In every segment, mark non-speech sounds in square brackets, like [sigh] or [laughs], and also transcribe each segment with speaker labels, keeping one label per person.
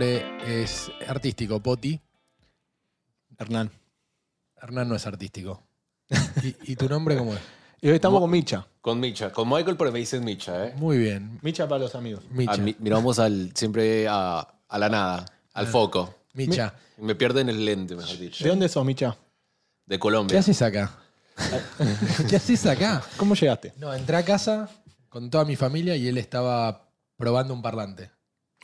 Speaker 1: eh, es artístico, Poti.
Speaker 2: Hernán.
Speaker 1: Hernán no es artístico. ¿Y, y tu nombre cómo es?
Speaker 2: [laughs] Y hoy estamos con Micha.
Speaker 3: Con Micha, con Michael, pero me dicen Micha, ¿eh?
Speaker 1: Muy bien.
Speaker 2: Micha para los amigos.
Speaker 1: Micha.
Speaker 3: Ah, mi- miramos al, siempre a, a la nada, al foco.
Speaker 1: Micha,
Speaker 3: Me pierden el lente, mejor dicho.
Speaker 2: ¿De dónde sos, Micha?
Speaker 3: De
Speaker 1: ¿qué
Speaker 3: Colombia.
Speaker 1: haces
Speaker 3: [laughs]
Speaker 1: acá? ¿Qué haces acá?
Speaker 2: ¿Cómo llegaste?
Speaker 1: No, entré a casa con toda mi familia y él estaba probando un parlante.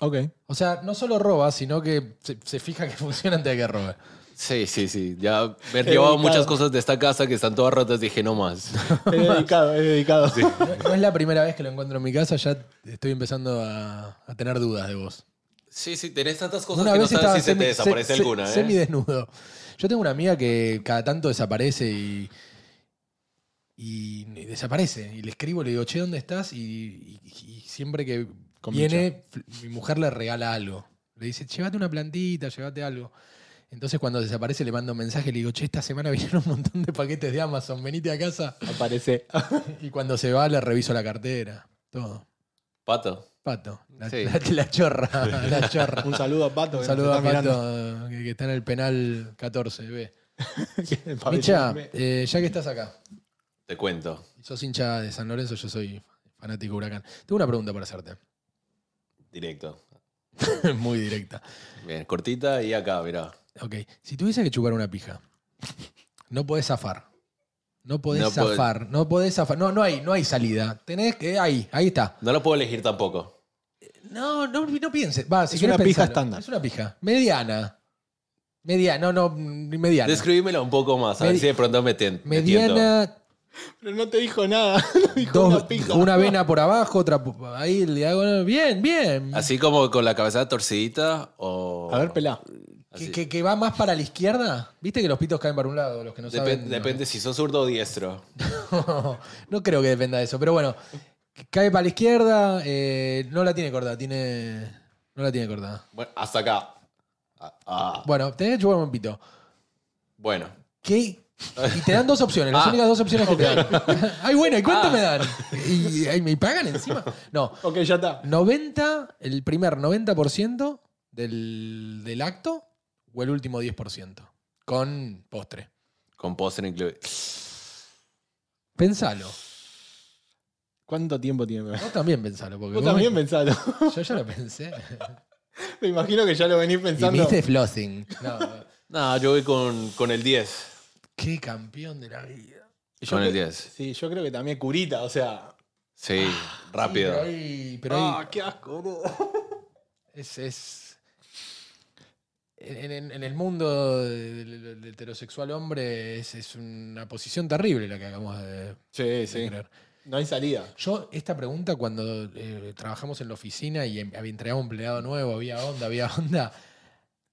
Speaker 2: Ok.
Speaker 1: O sea, no solo roba, sino que se, se fija que [laughs] funciona antes de que robe.
Speaker 3: Sí, sí, sí. Ya me he llevado
Speaker 2: Dedicado.
Speaker 3: muchas cosas de esta casa que están todas rotas. Dije, no más.
Speaker 2: Es dedicado, es dedicado.
Speaker 1: No, no es la primera vez que lo encuentro en mi casa, ya estoy empezando a, a tener dudas de vos.
Speaker 3: Sí, sí, tenés tantas cosas
Speaker 1: Una
Speaker 3: que no
Speaker 1: vez estaba
Speaker 3: sabes si se
Speaker 1: semi-
Speaker 3: te desaparece
Speaker 1: se- se-
Speaker 3: alguna, ¿eh?
Speaker 1: semidesnudo. Yo tengo una amiga que cada tanto desaparece y, y desaparece. Y le escribo, le digo, che, ¿dónde estás? Y, y- y siempre que
Speaker 2: Con
Speaker 1: viene, fl- mi mujer le regala algo. Le dice, llévate una plantita, llévate algo. Entonces cuando desaparece le mando un mensaje, le digo, che, esta semana [laughs] vinieron un montón de paquetes de Amazon, venite a casa.
Speaker 2: Aparece.
Speaker 1: Y cuando se va le reviso la cartera, todo.
Speaker 3: Pato.
Speaker 1: Pato, la,
Speaker 3: Sí.
Speaker 1: la- la chorra, [laughs] la chorra.
Speaker 2: Un saludo a Pato.
Speaker 1: Un
Speaker 2: que
Speaker 1: saludo
Speaker 2: nos
Speaker 1: a
Speaker 2: está
Speaker 1: [laughs]
Speaker 2: mirando.
Speaker 1: Pato, que, que está en el penal 14, B.
Speaker 2: Que parece-
Speaker 1: Micha,
Speaker 2: me-
Speaker 1: eh, ya que estás acá,
Speaker 3: Te cuento.
Speaker 1: y sos hincha de San Lorenzo, yo soy fanático de Huracán. Tengo una pregunta para hacerte, [laughs]
Speaker 3: Directo.
Speaker 1: muy directa.
Speaker 3: Bien, cortita y acá, mirá.
Speaker 1: Ok, si tuviese que chupar una pija, no podés zafar. No podés
Speaker 3: No pod-
Speaker 1: zafar, no podés zafar. No, no hay, no hay salida. Tenés que, ahí, ahí está.
Speaker 3: No lo puedo elegir tampoco.
Speaker 1: No, no, no pienses. Va, si
Speaker 2: Es
Speaker 1: querés
Speaker 2: una pija
Speaker 1: pensalo.
Speaker 2: estándar.
Speaker 1: Es una pija. Mediana. Mediana, no, no, mediana.
Speaker 3: Describímela un poco más, a
Speaker 1: Medi-
Speaker 3: ver si de pronto me, ten- me tiento.
Speaker 1: mediana,
Speaker 2: Pero no te dijo nada. [laughs] No dijo
Speaker 1: Dos-
Speaker 2: una pija.
Speaker 1: vena por abajo, otra po- ahí le hago. Bien, bien.
Speaker 3: Así como con la cabeza torcidita o...
Speaker 2: A ver, pelá.
Speaker 1: que,
Speaker 3: así.
Speaker 1: que- que va más para la izquierda. Viste que los pitos caen para un lado, los que no
Speaker 3: Depen-
Speaker 1: saben.
Speaker 3: Depende si sos zurdo o diestro.
Speaker 1: [laughs] no creo que dependa de eso, pero bueno. Cae para la izquierda, eh, no la tiene cortada, tiene. No la tiene cortada.
Speaker 3: Bueno, hasta acá. Ah, ah,
Speaker 1: Bueno, tenés que chupar un pito.
Speaker 3: bueno.
Speaker 1: ¿Qué? Y te dan dos
Speaker 3: [laughs]
Speaker 1: opciones, las
Speaker 3: Ah.
Speaker 1: únicas dos opciones que te dan. [laughs] Ay, bueno, ¿y cuánto me dan? ¿Y, ay, me pagan encima? No.
Speaker 2: Ok, ya está.
Speaker 1: 90, el primer 90% del, del acto o el último 10%, con postre.
Speaker 3: Con postre incluido.
Speaker 1: Pensalo.
Speaker 2: ¿Cuánto tiempo tiene?
Speaker 1: Vos también pensalo. Porque
Speaker 2: Vos
Speaker 1: vos-
Speaker 2: también pensalo. [laughs]
Speaker 1: Yo ya lo pensé.
Speaker 2: Me imagino que ya lo venís
Speaker 1: Y me
Speaker 2: pensando.
Speaker 1: hice flossing. No,
Speaker 3: No, yo voy con, con el 10.
Speaker 1: qué campeón de la vida.
Speaker 2: Yo
Speaker 3: Con el
Speaker 2: creo-
Speaker 3: 10.
Speaker 2: Sí, yo creo que también curita, o sea.
Speaker 3: Ah, Sí,
Speaker 1: Sí,
Speaker 3: rápido.
Speaker 1: pero ahí- pero ahí
Speaker 2: Ah, qué asco, boludo.
Speaker 1: es... es- En, en- en el mundo del, del heterosexual hombre es, es una posición terrible la que acabamos de,
Speaker 2: Sí,
Speaker 1: de
Speaker 2: sí.
Speaker 1: crear.
Speaker 2: No hay salida.
Speaker 1: Yo, esta pregunta, cuando eh, trabajamos en la oficina y em- entregaba un empleado nuevo, había onda, había [laughs] onda,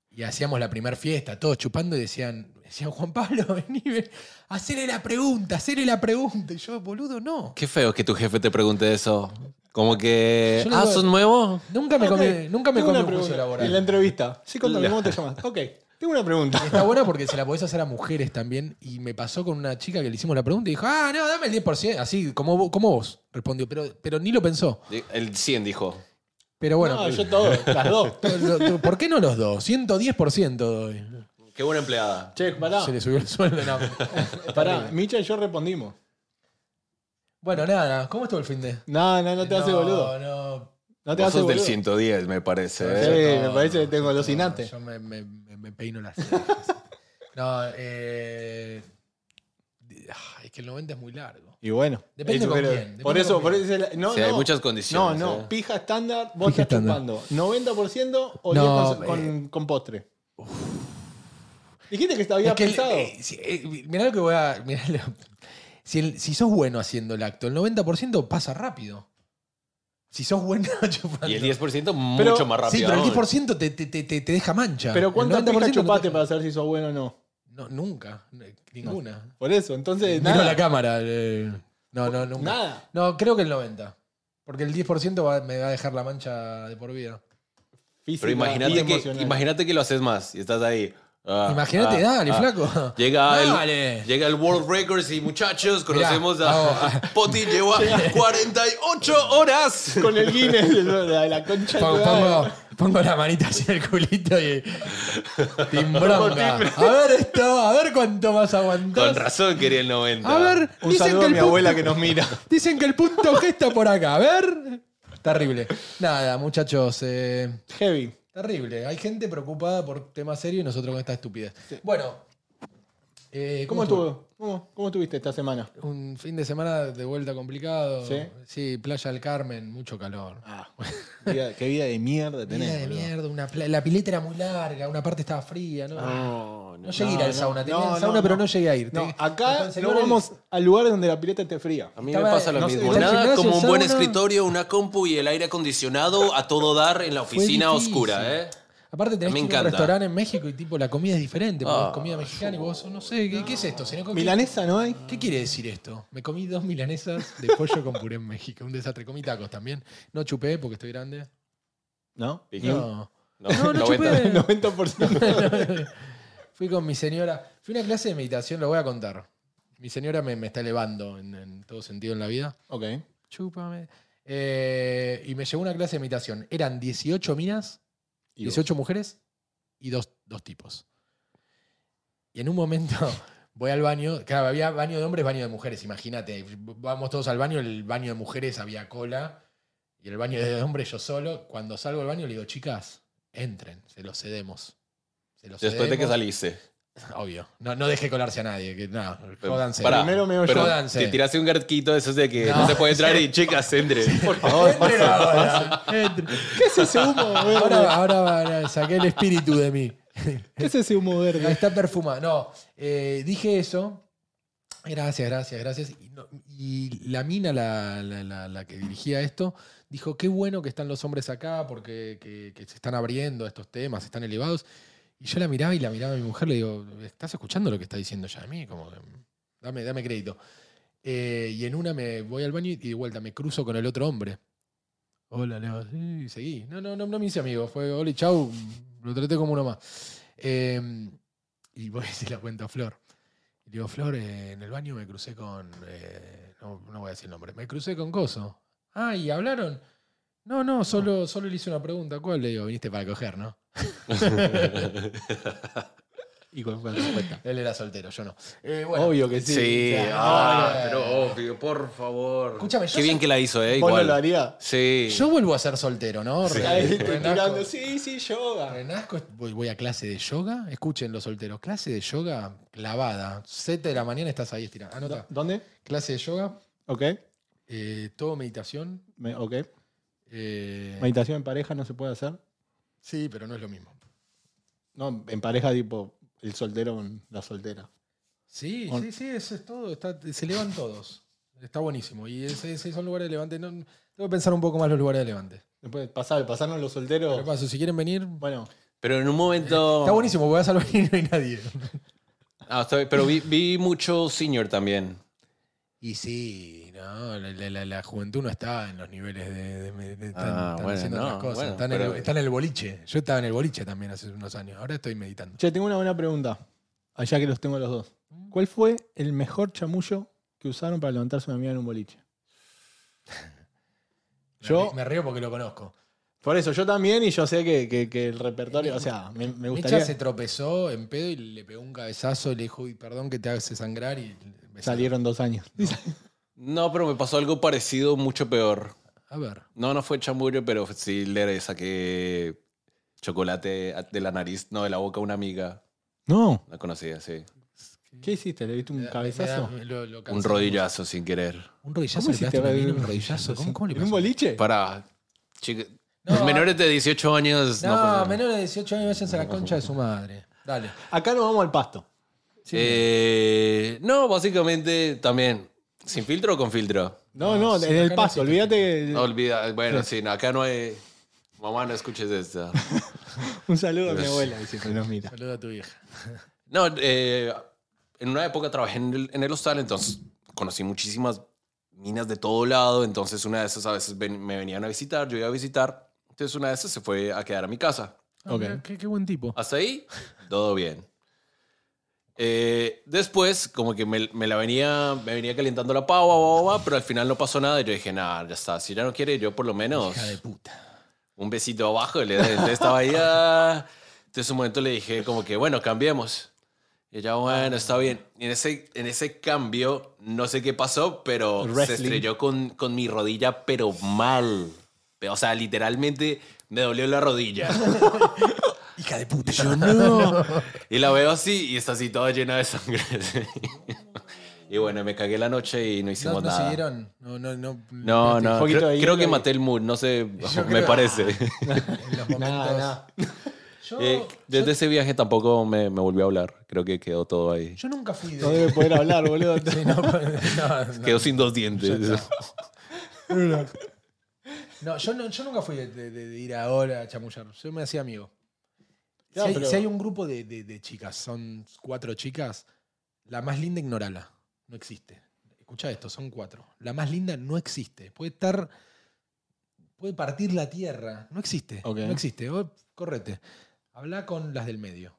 Speaker 1: y hacíamos la primera fiesta, todos chupando y decían, decían Juan Pablo, [laughs] vení, ven, hacele la pregunta, hacele la pregunta. Y yo, boludo, no.
Speaker 3: Qué feo que tu jefe te pregunte eso. Como que...
Speaker 1: Yo le
Speaker 3: Ah,
Speaker 1: digo-
Speaker 3: ¿sos nuevo?
Speaker 1: Nunca me
Speaker 2: Ok,
Speaker 1: comí, nunca me
Speaker 2: tengo
Speaker 1: comí
Speaker 2: una
Speaker 1: un juicio
Speaker 2: pregunta.
Speaker 1: laboral.
Speaker 2: En la entrevista. Sí, contame,
Speaker 3: La-
Speaker 2: ¿cómo te llamas? Ok, tengo una pregunta.
Speaker 1: Está bueno porque se la podés hacer a mujeres también. Y me pasó con una chica que le hicimos la pregunta y dijo, ah, no, dame el 10%. Así, como, vos- como vos, respondió. Pero, pero ni lo pensó.
Speaker 3: Di- El 100 dijo.
Speaker 1: Pero bueno.
Speaker 2: no, Ah, yo todo, las dos.
Speaker 1: [laughs] ¿Por qué no los dos? 110% doy.
Speaker 3: Qué buena empleada.
Speaker 2: Che, pará,
Speaker 1: Se le subió el sueldo. no.
Speaker 2: [laughs] pará. Micha y yo respondimos.
Speaker 1: Bueno, nada, ¿cómo estuvo el fin de?
Speaker 2: No, no, no te hace boludo.
Speaker 1: No,
Speaker 2: No te
Speaker 3: Vos
Speaker 2: hace
Speaker 3: sos del
Speaker 2: boludo.
Speaker 3: 110, me parece. ¿eh?
Speaker 2: Sí,
Speaker 1: no,
Speaker 2: me parece que
Speaker 1: no,
Speaker 2: tengo
Speaker 1: no,
Speaker 2: alucinante.
Speaker 1: Yo me, me- me- me peino las cejas. no, eh, ah, es que el 90 es muy largo.
Speaker 2: Y bueno.
Speaker 1: Depende
Speaker 2: eso,
Speaker 1: con
Speaker 2: pero-
Speaker 1: quién, depende
Speaker 2: Por eso,
Speaker 1: con
Speaker 2: por
Speaker 1: quién.
Speaker 2: eso. es la- No,
Speaker 3: Sí,
Speaker 2: no.
Speaker 3: hay muchas
Speaker 2: No,
Speaker 3: condiciones.
Speaker 2: no.
Speaker 3: ¿eh?
Speaker 2: Pija estándar, vos
Speaker 1: Pija
Speaker 2: estás
Speaker 1: estándar.
Speaker 2: chupando. 90% o
Speaker 1: No, eh.
Speaker 2: 10% con, con, con postre. Dijiste que te había
Speaker 1: Es que el-
Speaker 2: pensado.
Speaker 1: eh, si- eh, mirá lo que voy a. mirá lo- si, el- si sos bueno haciendo el acto, el 90% pasa rápido. Si sos bueno [laughs] chupando.
Speaker 3: Y el 10% mucho
Speaker 2: Pero-
Speaker 3: más rápido.
Speaker 1: Sí, pero el
Speaker 3: aún.
Speaker 1: 10% te, te, te- te- te deja mancha.
Speaker 2: pero
Speaker 1: El
Speaker 2: ¿cuántas pijas
Speaker 1: 90% no te-
Speaker 2: chupaste para saber si sos bueno o no?
Speaker 1: No, nunca. n- Ninguna.
Speaker 2: Por eso, entonces,
Speaker 1: Miro
Speaker 2: nada.
Speaker 1: la cámara. eh, No, no, nunca.
Speaker 2: Nada.
Speaker 1: No, creo que el 90. Porque el 10% va- me va a dejar la mancha de por vida.
Speaker 2: Física
Speaker 3: Pero
Speaker 2: y
Speaker 3: imagínate que,
Speaker 2: emocional.
Speaker 3: imagínate que lo haces más y estás ahí. Ah,
Speaker 1: Imagínate,
Speaker 3: ah,
Speaker 1: dale,
Speaker 3: ah.
Speaker 1: flaco.
Speaker 3: Llega
Speaker 1: Dale.
Speaker 3: el, llega el World Records y muchachos,
Speaker 1: Mirá,
Speaker 3: conocemos a
Speaker 1: vamos. ah.
Speaker 3: [laughs] Poti, llegó a 48 horas.
Speaker 2: [laughs] Con el Guinness de la, de la concha.
Speaker 1: Pongo,
Speaker 2: de tu madre.
Speaker 1: pongo, Pongo la manita así en el culito y. Timbronga. A ver esto, a ver cuánto más aguantás.
Speaker 3: Con razón quería el 90.
Speaker 1: A ver,
Speaker 2: Un
Speaker 1: dicen
Speaker 2: saludo
Speaker 1: que
Speaker 2: a
Speaker 1: el
Speaker 2: mi
Speaker 1: punto-
Speaker 2: abuela que nos mira.
Speaker 1: Dicen que el punto G está por acá. A ver. Terrible. Nada, muchachos. eh,
Speaker 2: [laughs] Heavy.
Speaker 1: terrible. Hay gente preocupada por temas serios y nosotros con esta estupidez. Bueno. eh,
Speaker 2: ¿Cómo estuvo? ¿Cómo, cómo estuviste esta semana?
Speaker 1: Un fin de semana de vuelta complicado.
Speaker 2: ¿Sí?
Speaker 1: Sí, Playa del Carmen, mucho calor.
Speaker 2: Ah, [laughs] vida- qué vida de mierda tenés.
Speaker 1: Vida de
Speaker 2: boludo.
Speaker 1: mierda, una pla- la pileta era muy larga, una parte estaba fría, ¿no?
Speaker 4: No,
Speaker 1: No llegué a
Speaker 2: Ah,
Speaker 1: ir
Speaker 2: No,
Speaker 1: al
Speaker 2: no,
Speaker 1: sauna, tenía
Speaker 2: no,
Speaker 1: el sauna,
Speaker 2: no,
Speaker 1: pero no.
Speaker 2: no.
Speaker 1: llegué a ir.
Speaker 2: No,
Speaker 1: Te- me
Speaker 2: acá
Speaker 1: canceló
Speaker 2: no
Speaker 1: el-
Speaker 2: vamos al lugar donde la pileta esté fría.
Speaker 4: A mí
Speaker 1: Estaba-
Speaker 4: me pasa lo
Speaker 1: no sé,
Speaker 4: mismo.
Speaker 1: está el
Speaker 3: Nada
Speaker 1: gimnasio,
Speaker 3: como un buen
Speaker 1: sauna.
Speaker 3: escritorio, una compu y el aire acondicionado a todo dar en la
Speaker 1: Fue
Speaker 3: oficina
Speaker 1: difícil.
Speaker 3: oscura, ¿eh?
Speaker 1: Aparte tenés
Speaker 3: Me
Speaker 1: que ir a un
Speaker 3: encanta.
Speaker 1: restaurante en México y tipo la comida es diferente, porque
Speaker 3: Ah,
Speaker 1: es comida mexicana y
Speaker 2: Oh.
Speaker 1: vos no sé, ¿qué, qué es esto? señor? ¿Qué-
Speaker 2: Milanesa no hay.
Speaker 1: ¿Qué quiere decir esto? Me comí dos milanesas de pollo con puré en México, un desastre. Comí tacos también. No chupé porque estoy grande.
Speaker 2: ¿No? [laughs]
Speaker 4: Pica.
Speaker 1: No.
Speaker 3: No,
Speaker 1: No, no
Speaker 3: 90.
Speaker 1: chupé.
Speaker 2: 90%.
Speaker 1: Fui con mi señora. Fui a una clase de meditación, lo voy a contar. Mi señora me, me está elevando en, en todo sentido en la vida.
Speaker 2: ok.
Speaker 1: Chúpame. Eh, y me llevó a una clase de meditación. Eran 18 minas,
Speaker 2: Y
Speaker 1: 18 mujeres y dos, dos tipos. Y en un momento [laughs] voy al baño. Claro, había baño de hombres, baño de mujeres. Imagínate, vamos todos al baño. El baño de mujeres había cola. Y el baño de hombres yo solo. Cuando salgo del baño le digo, chicas, entren, se los cedemos. Se los
Speaker 3: Después de que
Speaker 1: cedemos".
Speaker 3: saliste.
Speaker 1: Obvio. No, no deje colarse a nadie. Que, no, jódanse.
Speaker 3: Pará,
Speaker 2: Primero me voy
Speaker 3: pero [laughs]
Speaker 1: Jódanse.
Speaker 3: Te tiraste un garquito de esos de que no,
Speaker 1: No.
Speaker 3: se puede entrar
Speaker 1: [laughs]
Speaker 3: y chicas, entre. Por [laughs] favor.
Speaker 1: Entren ahora. Entren.
Speaker 2: ¿Qué es ese humo verde?
Speaker 1: Ahora, ahora, ahora saqué el espíritu de mí.
Speaker 2: ¿Qué es ese humo verde?
Speaker 1: [laughs] Está perfumado. No, eh, dije eso. Gracias, gracias, gracias. Y, no- y la mina, la, la- la- la que dirigía esto, dijo, qué bueno que están los hombres acá porque que- que se están abriendo a estos temas, están elevados. Y yo la miraba y la miraba a mi mujer, le digo, ¿estás escuchando lo que está diciendo ya a mí? Como, que, dame, dame crédito. Eh, y en una me voy al baño y de vuelta me cruzo con el otro hombre. Hola, Leo. Sí, Y seguí. No, no, no, no me hice amigo. Fue, hola y chau. Lo traté como uno más. Eh, y voy a decir la cuenta a Flor. Y le digo, Flor, eh, en el baño me crucé con. eh, no, no voy a decir el nombre. Me crucé con Coso. Ah, ¿y hablaron? No, no, solo, solo le hice una pregunta. ¿Cuál? Le digo, viniste para coger, ¿no?
Speaker 2: Y con con respuesta.
Speaker 1: Él era soltero, yo no. Eh, bueno,
Speaker 2: Obvio que sí.
Speaker 3: Sí,
Speaker 2: O sea,
Speaker 3: ah,
Speaker 1: no, no, no.
Speaker 3: pero obvio, por favor.
Speaker 1: Escúchame, yo
Speaker 3: Qué bien
Speaker 1: sé-
Speaker 3: que la hizo, ¿eh?
Speaker 2: ¿Vos no lo
Speaker 3: Igual.
Speaker 2: harías?
Speaker 3: Sí.
Speaker 1: Yo vuelvo a ser soltero, ¿no?
Speaker 2: Ahí,
Speaker 1: Re-
Speaker 2: tirando,
Speaker 1: Renazco,
Speaker 2: sí, sí, yoga.
Speaker 1: renazco, voy, voy a clase de yoga. Escuchen los solteros. Clase de yoga clavada. 7 de la mañana estás ahí estirando.
Speaker 2: ¿Dó-
Speaker 1: Anota.
Speaker 2: ¿Dónde?
Speaker 1: Clase de yoga,
Speaker 2: Ok.
Speaker 1: eh, todo meditación.
Speaker 2: Me- ok.
Speaker 1: eh,
Speaker 2: Meditación en pareja no se puede hacer.
Speaker 1: sí, pero no es lo mismo.
Speaker 2: No, en pareja tipo el soltero con la soltera.
Speaker 1: Sí,
Speaker 2: Con-
Speaker 1: sí, sí, eso es todo. Está, se elevan todos. Está buenísimo. Y ese, ese son lugares de levante. No, tengo que pensar un poco más los lugares de levante.
Speaker 2: Después pasar, pasarnos los solteros.
Speaker 1: Pero paso, si quieren venir.
Speaker 2: Bueno,
Speaker 3: Pero en un momento.
Speaker 1: Está buenísimo, porque vas al baño y no hay nadie.
Speaker 3: Ah, está bien, pero vi, vi mucho senior también.
Speaker 1: Y sí, no, la, la- la- la juventud no está en los niveles de. de- de- de- están,
Speaker 3: Ah,
Speaker 1: están
Speaker 3: bueno,
Speaker 1: haciendo
Speaker 3: no,
Speaker 1: otras cosas.
Speaker 3: bueno,
Speaker 1: están, en el,
Speaker 3: pero-
Speaker 1: están en el boliche. Yo estaba en el boliche también hace unos años. Ahora estoy meditando.
Speaker 2: che, tengo una buena pregunta. Allá que los tengo a los dos. ¿Cuál fue el mejor chamullo que usaron para levantarse una mina en un boliche?
Speaker 1: Me
Speaker 2: Yo-
Speaker 1: ri- me río porque lo conozco.
Speaker 2: Por eso, yo también, y yo sé que, que- que el repertorio, o sea, me, me gustaría
Speaker 1: Mecha se tropezó en pedo y le pegó un cabezazo y le dijo, uy, perdón que te hace sangrar y me
Speaker 2: salieron dos años.
Speaker 3: No, pero me pasó algo parecido, mucho peor.
Speaker 1: A ver.
Speaker 3: No, no fue chamullo, pero sí le saqué chocolate de la nariz, no, de la boca a una amiga.
Speaker 2: No.
Speaker 3: La conocía, sí.
Speaker 2: ¿Qué hiciste? ¿Le diste un cabezazo?
Speaker 1: Eh, Me da- lo- lo
Speaker 3: Un
Speaker 1: cancelé.
Speaker 3: rodillazo sin querer.
Speaker 1: Un rodillazo.
Speaker 2: ¿Cómo
Speaker 1: le pegaste
Speaker 2: hiciste?
Speaker 1: a una mina, un rodillazo. ¿Cómo, cómo le
Speaker 2: ¿En un
Speaker 1: pasó?
Speaker 2: boliche?
Speaker 3: Para. chica-
Speaker 1: No,
Speaker 3: los
Speaker 1: ah.
Speaker 3: menores de 18 años. No,
Speaker 1: No,
Speaker 3: pueden-
Speaker 1: menores de 18 años váyanse a la concha de su madre. [laughs] Dale.
Speaker 2: Acá nos vamos al pasto.
Speaker 1: Sí.
Speaker 3: Eh, no, básicamente también. ¿Sin filtro o con filtro?
Speaker 2: No,
Speaker 1: No,
Speaker 2: no,
Speaker 1: sí,
Speaker 2: en el
Speaker 1: acá no
Speaker 2: pasto,
Speaker 1: existe
Speaker 2: olvídate. que-
Speaker 3: No olvida. Bueno, sí, no, acá no hay. Mamá, no escuches esto.
Speaker 2: Un saludo a mi abuela, que siempre nos mira.
Speaker 1: Saluda a tu hija.
Speaker 3: No, eh, en una época trabajé en el, en el hostal, entonces conocí muchísimas minas de todo lado. Entonces, una de esas a veces ven- me venían a visitar, yo iba a visitar. Entonces, una de esas se fue a quedar a mi casa.
Speaker 1: Ah,
Speaker 2: Ok.
Speaker 1: mira, qué, qué buen tipo.
Speaker 3: Hasta ahí, todo bien. Eh, después, como que me, me la venía, me venía calentando la pava, pava, pava, pero al final no pasó nada. Y yo dije, nada, ya está. Si ya no quiere, yo por lo menos.
Speaker 1: Hija de puta.
Speaker 3: un besito abajo. Le, entonces estaba ahí. ah. Entonces un momento le dije como que, bueno, cambiemos. Y ella, bueno, está bien. Y en ese, en ese cambio, no sé qué pasó, pero se
Speaker 2: Wrestling.
Speaker 3: estrelló con, con mi rodilla, pero mal. O sea, literalmente me dolió la rodilla.
Speaker 1: Hija de puta. [laughs]
Speaker 3: Yo [laughs] no. Y la veo así y está así toda llena de sangre. [laughs] Y bueno, me cagué la noche y no
Speaker 1: No,
Speaker 3: hicimos
Speaker 1: no
Speaker 3: nada.
Speaker 1: siguieron. No, no, no.
Speaker 3: No, no.
Speaker 2: poquito
Speaker 3: Creo,
Speaker 2: de
Speaker 3: creo
Speaker 2: hielo
Speaker 3: que
Speaker 2: y-
Speaker 3: maté el mood, no sé,
Speaker 1: Yo
Speaker 3: me
Speaker 1: creo-
Speaker 3: parece.
Speaker 1: [laughs] En
Speaker 3: [laughs]
Speaker 1: los momentos. Yo,
Speaker 3: Eh, desde ese viaje tampoco me, me volvió a hablar. Creo que quedó todo ahí.
Speaker 1: yo nunca fui de.
Speaker 2: No debe poder hablar, boludo.
Speaker 1: Sí, no, [laughs] no, no.
Speaker 3: Quedó sin dos dientes.
Speaker 1: No, yo, no- yo nunca fui de, de- de ir ahora a chamullar. Yo me hacía amigo. Si
Speaker 2: Claro,
Speaker 1: hay,
Speaker 2: pero-
Speaker 1: si hay un grupo de, de- de chicas, son cuatro chicas, la más linda ignorala. No existe. Escucha esto, son cuatro. La más linda no existe. Puede estar. Puede partir la tierra. No existe.
Speaker 2: Ok.
Speaker 1: No existe. Vos correte. Habla con las del medio.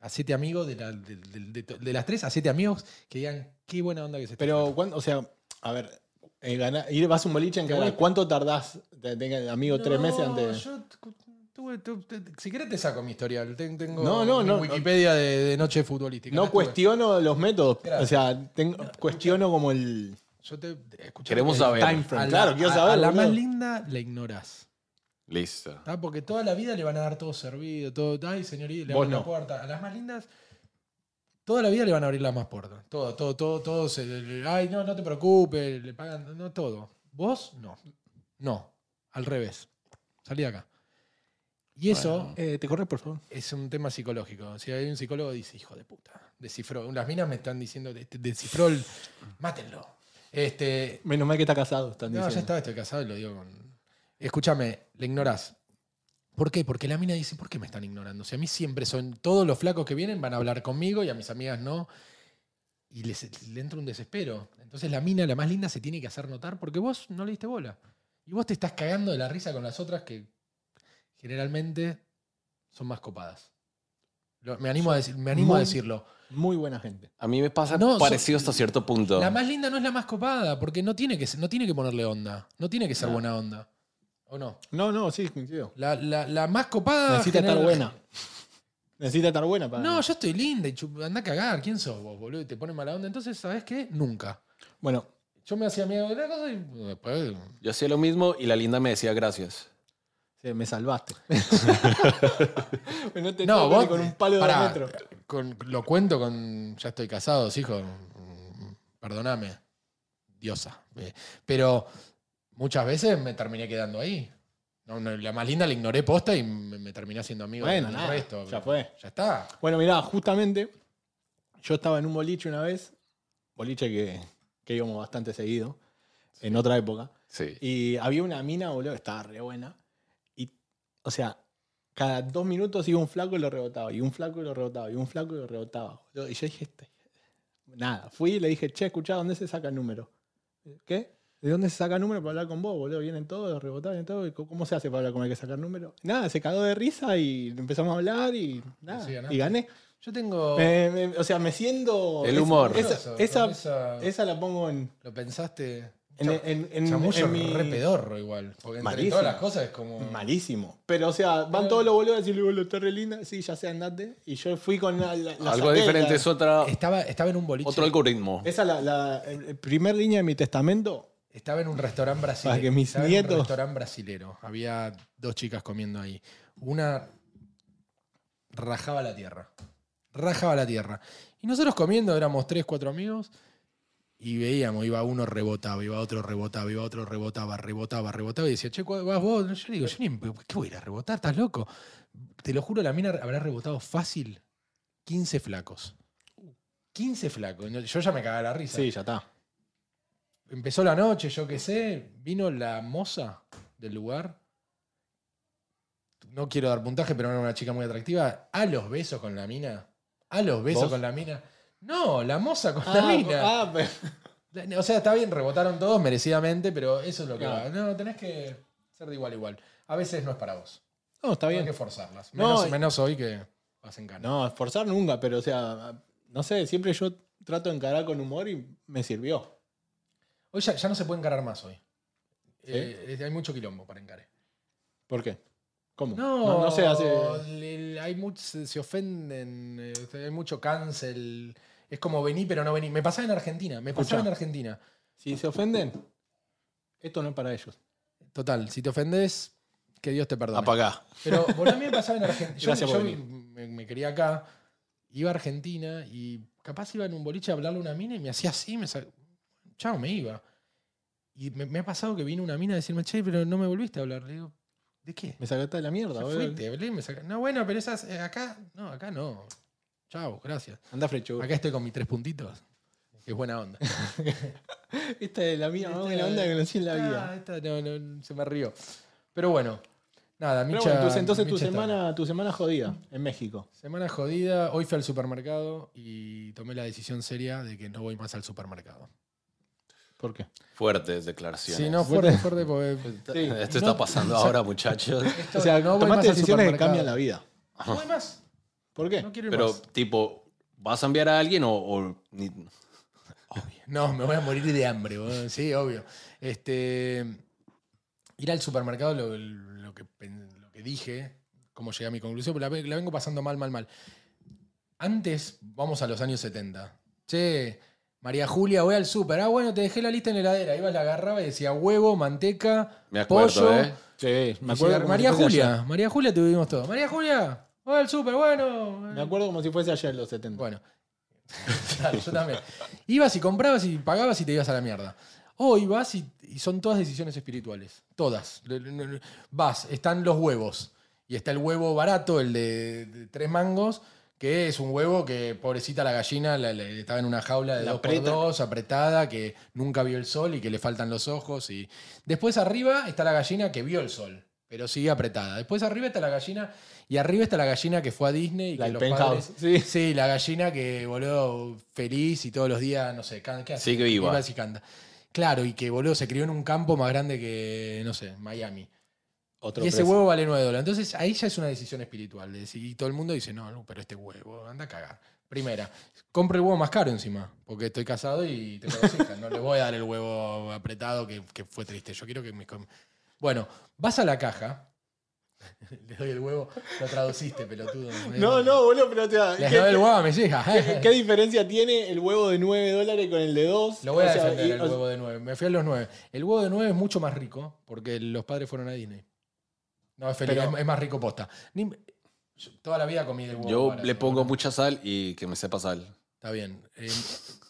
Speaker 1: A siete amigos de, la- de- de- de to- de las tres, a siete amigos que digan qué buena onda que se está
Speaker 2: Pero, ¿cuándo- o sea, a ver, eh, gana- ir, vas a un boliche en
Speaker 1: Te
Speaker 2: Canadá.
Speaker 1: voy-
Speaker 2: ¿Cuánto tardás, te- tenga- amigo, tres
Speaker 1: No,
Speaker 2: meses antes?
Speaker 1: yo tu- tuve- tu- te- te- si querés te saco mi historial. Ten- Tengo
Speaker 2: No, no,
Speaker 1: mi
Speaker 2: no,
Speaker 1: Wikipedia de, de noche futbolística.
Speaker 2: No
Speaker 1: La tuve.
Speaker 2: cuestiono los métodos.
Speaker 1: Claro.
Speaker 2: O sea, tengo- cuestiono como el
Speaker 1: Yo te, te- escuchá,
Speaker 3: Queremos
Speaker 1: eh,
Speaker 3: saber.
Speaker 2: time
Speaker 1: a la-
Speaker 2: frame. Claro, quiero
Speaker 1: a-
Speaker 2: saber.
Speaker 1: A la
Speaker 2: boludo.
Speaker 1: más linda la ignorás.
Speaker 3: [laughs] Listo.
Speaker 1: ¿tá? Porque toda la vida le van a dar todo servido. Todo, Ay, señorita, le
Speaker 2: Vos
Speaker 1: abren la
Speaker 2: no.
Speaker 1: puerta. A las más lindas. Toda la vida le van a abrir las más puertas. Todo, todo, todo, todo. se- le- le- ay, no, no te preocupes. Le pagan. No, todo. Vos, no. No. Al revés. Salí de acá. Y eso.
Speaker 3: Bueno.
Speaker 2: Eh, ¿Te corres, por favor?
Speaker 1: es un tema psicológico. Si hay un psicólogo dice, hijo de puta, descifró. Las minas me están diciendo, "Este, descifró el... Mátenlo. Este,
Speaker 2: Menos mal que está casado, están
Speaker 1: no, ya
Speaker 2: diciendo.
Speaker 1: estaba, estoy casado y lo digo con... Escúchame, le ignorás. ¿Por qué? Porque la mina dice, ¿por qué me están ignorando? Si a mí siempre son... Todos los flacos que vienen van a hablar conmigo y a mis amigas no. Y les, le entra un desespero. Entonces la mina, la más linda, se tiene que hacer notar porque vos no le diste bola. Y vos te estás cagando de la risa con las otras que generalmente son más copadas. Lo- me animo, a, decir- me animo a
Speaker 2: Muy-
Speaker 1: decirlo.
Speaker 2: Muy buena gente.
Speaker 3: A mí me pasa
Speaker 1: No,
Speaker 3: parecido
Speaker 1: so-
Speaker 3: hasta cierto punto.
Speaker 1: La más linda no es la más copada, porque no tiene que, ser- no tiene que ponerle onda. No tiene que ser buena onda. ¿O no?
Speaker 2: No, no, sí, coincido.
Speaker 1: La, la- la más copada.
Speaker 2: Ah, Necesita
Speaker 1: genera-
Speaker 2: estar buena. Necesita estar buena para.
Speaker 1: No, yo estoy linda y chup- anda a cagar. ¿Quién sos vos, boludo? Y te pone mala onda. Entonces, ¿sabes qué? Nunca.
Speaker 2: Bueno,
Speaker 1: Yo me hacía miedo de la cosa y después.
Speaker 3: Yo hacía lo mismo y la linda me decía gracias.
Speaker 2: sí, me [laughs] salvaste. no te
Speaker 1: No,
Speaker 2: no,
Speaker 1: vos.
Speaker 2: con un palo
Speaker 1: pará,
Speaker 2: de metro.
Speaker 1: con- lo cuento con. Ya estoy casado, hijo. mm, Perdóname. Diosa. Eh, Pero muchas veces me terminé quedando ahí. No, no, la más linda la ignoré posta y me, me terminé siendo amigo
Speaker 2: Bueno,
Speaker 1: del
Speaker 2: nada,
Speaker 1: resto.
Speaker 2: ya fue.
Speaker 1: Ya está.
Speaker 2: Bueno, mirá, justamente yo estaba en un boliche una vez, boliche que, que íbamos bastante seguido, en otra época,
Speaker 4: Sí.
Speaker 2: y había una mina, boludo, que estaba re buena, y, o sea, cada dos minutos iba un flaco y lo rebotaba, y un flaco y lo rebotaba, y un flaco y lo rebotaba, boludo, y yo dije, "Este- nada, fui y le dije, che, escuchá, ¿dónde se saca el número? ¿Qué? ¿De dónde se saca el número para hablar con vos, boludo? Vienen todos, los rebotados, vienen todos. ¿y co- ¿Cómo se hace para hablar con el que saca el número? Nada, se cagó de risa y empezamos a hablar y nada.
Speaker 1: Sí, ganaste.
Speaker 2: y gané.
Speaker 1: Yo tengo.
Speaker 2: Me- me- o sea, me siento.
Speaker 3: El
Speaker 2: es-
Speaker 3: humor.
Speaker 2: Eh, Esa,
Speaker 1: Con
Speaker 2: esa,
Speaker 1: esa-
Speaker 2: esa la pongo en.
Speaker 1: Lo pensaste.
Speaker 2: en, en, en-
Speaker 1: Chamullo
Speaker 2: en mi-
Speaker 1: re pedorro igual. Porque entre
Speaker 2: Malísimo.
Speaker 1: todas las cosas es como.
Speaker 2: Malísimo. Pero, o sea, van todos los boludos a decirle, boludo, está re linda. Sí, ya sea, andate. Y yo fui con la. la- la
Speaker 3: Algo
Speaker 2: saqué,
Speaker 3: diferente
Speaker 2: la-
Speaker 3: es otra,
Speaker 1: Estaba, estaba en un boliche.
Speaker 3: otro algoritmo.
Speaker 2: Esa la, la, el- el primer línea de mi testamento.
Speaker 1: Estaba en un restaurante brasilero.
Speaker 2: Para Ah, que mis
Speaker 1: estaba en un
Speaker 2: nietos-
Speaker 1: restaurante brasilero. Había dos chicas comiendo ahí. Una rajaba la tierra. Rajaba la tierra. Y nosotros comiendo, éramos tres, cuatro amigos. Y veíamos, iba uno rebotaba, iba otro rebotaba, iba otro rebotaba, rebotaba, rebotaba. Y decía, che, ¿cuál vas vos? Yo le digo, yo ni, ¿qué voy a ir a rebotar? ¿Estás loco? Te lo juro, la mina habrá rebotado fácil 15 flacos. 15 flacos. Yo ya me cagaba la risa.
Speaker 2: Sí, ya está.
Speaker 1: Empezó la noche, yo qué sé. Vino la moza del lugar. No quiero dar puntaje, pero era una chica muy atractiva. A los besos con la mina. A los besos
Speaker 2: ¿Vos?
Speaker 1: con la mina. No, la moza con la mina.
Speaker 2: ah, pero-
Speaker 1: La- O sea, está bien, rebotaron todos merecidamente, pero eso es lo que
Speaker 2: Claro.
Speaker 1: va. No, tenés que ser de igual a igual. A veces no es para vos.
Speaker 2: No, está
Speaker 1: Hay
Speaker 2: bien.
Speaker 1: que forzarlas.
Speaker 2: No,
Speaker 1: Menos,
Speaker 2: y-
Speaker 1: menos hoy que vas en
Speaker 2: [laughs]
Speaker 1: cana.
Speaker 2: No, esforzar nunca, pero, o sea, no sé, siempre yo trato de encarar con humor y me sirvió.
Speaker 1: Hoy ya, ya no se puede encarar más hoy. Eh, eh, hay mucho quilombo para encarar.
Speaker 2: ¿Por qué? ¿Cómo?
Speaker 1: No,
Speaker 2: no, se hace.
Speaker 1: le- hay much- se, se ofenden, eh, hay mucho cancel. Es como vení, pero no vení. Me pasaba en Argentina, me pasaba
Speaker 2: Escuchá.
Speaker 1: en Argentina.
Speaker 2: Si se ofenden, esto no es para ellos.
Speaker 1: Total, si te ofendes, que Dios te perdone.
Speaker 3: Apagá.
Speaker 1: Pero bueno, a mí me pasaba en Argentina. Yo,
Speaker 2: Gracias por
Speaker 1: yo
Speaker 2: venir.
Speaker 1: me, me quería acá, iba a Argentina y capaz iba en un boliche a hablarle a una mina y me hacía así, me sa- chao, me iba. Y me, me ha pasado que vino una mina a decirme, che, pero no me volviste a hablar. Le digo, ¿de qué?
Speaker 2: Me sacaste de la mierda,
Speaker 1: Ya
Speaker 2: boludo.
Speaker 1: fuiste, hablé, me saca- No, bueno, pero esas eh, acá, no, acá no. Chao, gracias.
Speaker 2: Anda frecho.
Speaker 1: Acá estoy con mis tres puntitos. que Es buena onda.
Speaker 2: Esta es la mía, más
Speaker 1: Esta-
Speaker 2: buena onda que conocí en la
Speaker 1: Ah,
Speaker 2: vida.
Speaker 1: esta no, no, se me rió. Pero bueno, nada,
Speaker 2: Pero
Speaker 1: Micha.
Speaker 2: bueno, entonces, entonces tu,
Speaker 1: Micha está-
Speaker 2: semana, tu semana jodida en México.
Speaker 1: Semana jodida. Hoy fui al supermercado y tomé la decisión seria de que no voy más al supermercado.
Speaker 2: ¿Por qué?
Speaker 3: Fuertes declaraciones.
Speaker 1: Si no, fuerte, fuerte, porque.
Speaker 2: Sí.
Speaker 3: [laughs] Esto está pasando ahora, muchachos.
Speaker 1: esto-
Speaker 2: O sea,
Speaker 1: no voy más
Speaker 2: tomaste
Speaker 1: al
Speaker 2: decisiones que
Speaker 1: supermercado.
Speaker 2: cambian la vida.
Speaker 1: No voy más.
Speaker 2: ¿Por qué?
Speaker 1: No quiero ir
Speaker 3: [laughs] Pero,
Speaker 1: más.
Speaker 3: tipo, ¿vas a enviar a alguien o, o ni-
Speaker 1: No, me voy a morir de hambre, boludo. sí, obvio. Este, ir al supermercado, lo, lo que, pen- lo que dije, cómo llegué a mi conclusión, pero la, ve- la vengo pasando mal, mal, mal. Antes, vamos a los años 70. Che, María Julia, voy al super. Ah, bueno, te dejé la lista en la heladera. Iba, la agarraba y decía huevo, manteca,
Speaker 3: Me acuerdo,
Speaker 1: pollo.
Speaker 3: ¿eh?
Speaker 2: Sí,
Speaker 1: Me acuerdo
Speaker 2: como
Speaker 1: María
Speaker 2: si fuese
Speaker 1: Julia,
Speaker 2: ayer.
Speaker 1: María Julia tuvimos todo. María Julia, voy al super, bueno.
Speaker 2: Me acuerdo como si fuese ayer los 70.
Speaker 1: Bueno. [laughs] Claro, yo también. Ibas y comprabas y pagabas y te ibas a la mierda. Hoy vas y, y son todas decisiones espirituales. Todas. Le- le- le- Vas, están los huevos. Y está el huevo barato, el de, de tres mangos, que es un huevo que, pobrecita la gallina, la- la- estaba en una jaula de
Speaker 2: La
Speaker 1: dos por
Speaker 2: aprieta.
Speaker 1: dos, apretada, que nunca vio el sol y que le faltan los ojos. Y después arriba está la gallina que vio el sol, pero sigue apretada. Después arriba está la gallina, y arriba está la gallina que fue a Disney y
Speaker 2: La del
Speaker 1: que los
Speaker 2: penthouse.
Speaker 1: padres-
Speaker 2: Sí.
Speaker 1: Sí, la gallina que, boludo, feliz y todos los días, no sé, can- ¿qué hace?
Speaker 3: Sigue viva.
Speaker 1: y canta. Claro, y que, boludo, se crió en un campo más grande que, no sé, Miami.
Speaker 2: Otro
Speaker 1: y ese
Speaker 2: precio.
Speaker 1: huevo vale 9 dólares. Entonces, ahí ya es una decisión espiritual. de decir- y todo el mundo dice, no, no, pero este huevo, anda a cagar. Primera, compro el huevo más caro encima, porque estoy casado y tengo dos hijas. No le voy a dar el huevo apretado que, que fue triste. Yo quiero que me... com- Bueno, vas a la caja. [laughs] Le doy el huevo. Lo traduciste, pelotudo.
Speaker 2: No, no, boludo, pero o sea,
Speaker 1: Les
Speaker 2: ¿qué-
Speaker 1: doy el huevo a mis hijas. ¿eh?
Speaker 2: qué, qué diferencia tiene el huevo de 9 dólares con el de 2?
Speaker 1: Lo voy a defender el huevo de 9. Me fui a los 9. El huevo de 9 es mucho más rico porque los padres fueron a Disney. No, es feliz,
Speaker 2: Pero-
Speaker 1: es, es más rico posta. Ni- yo toda la vida comí el huevo.
Speaker 3: Yo
Speaker 1: barato,
Speaker 3: le pongo
Speaker 1: bueno,
Speaker 3: mucha sal y que me sepa sal.
Speaker 1: Está bien. Eh,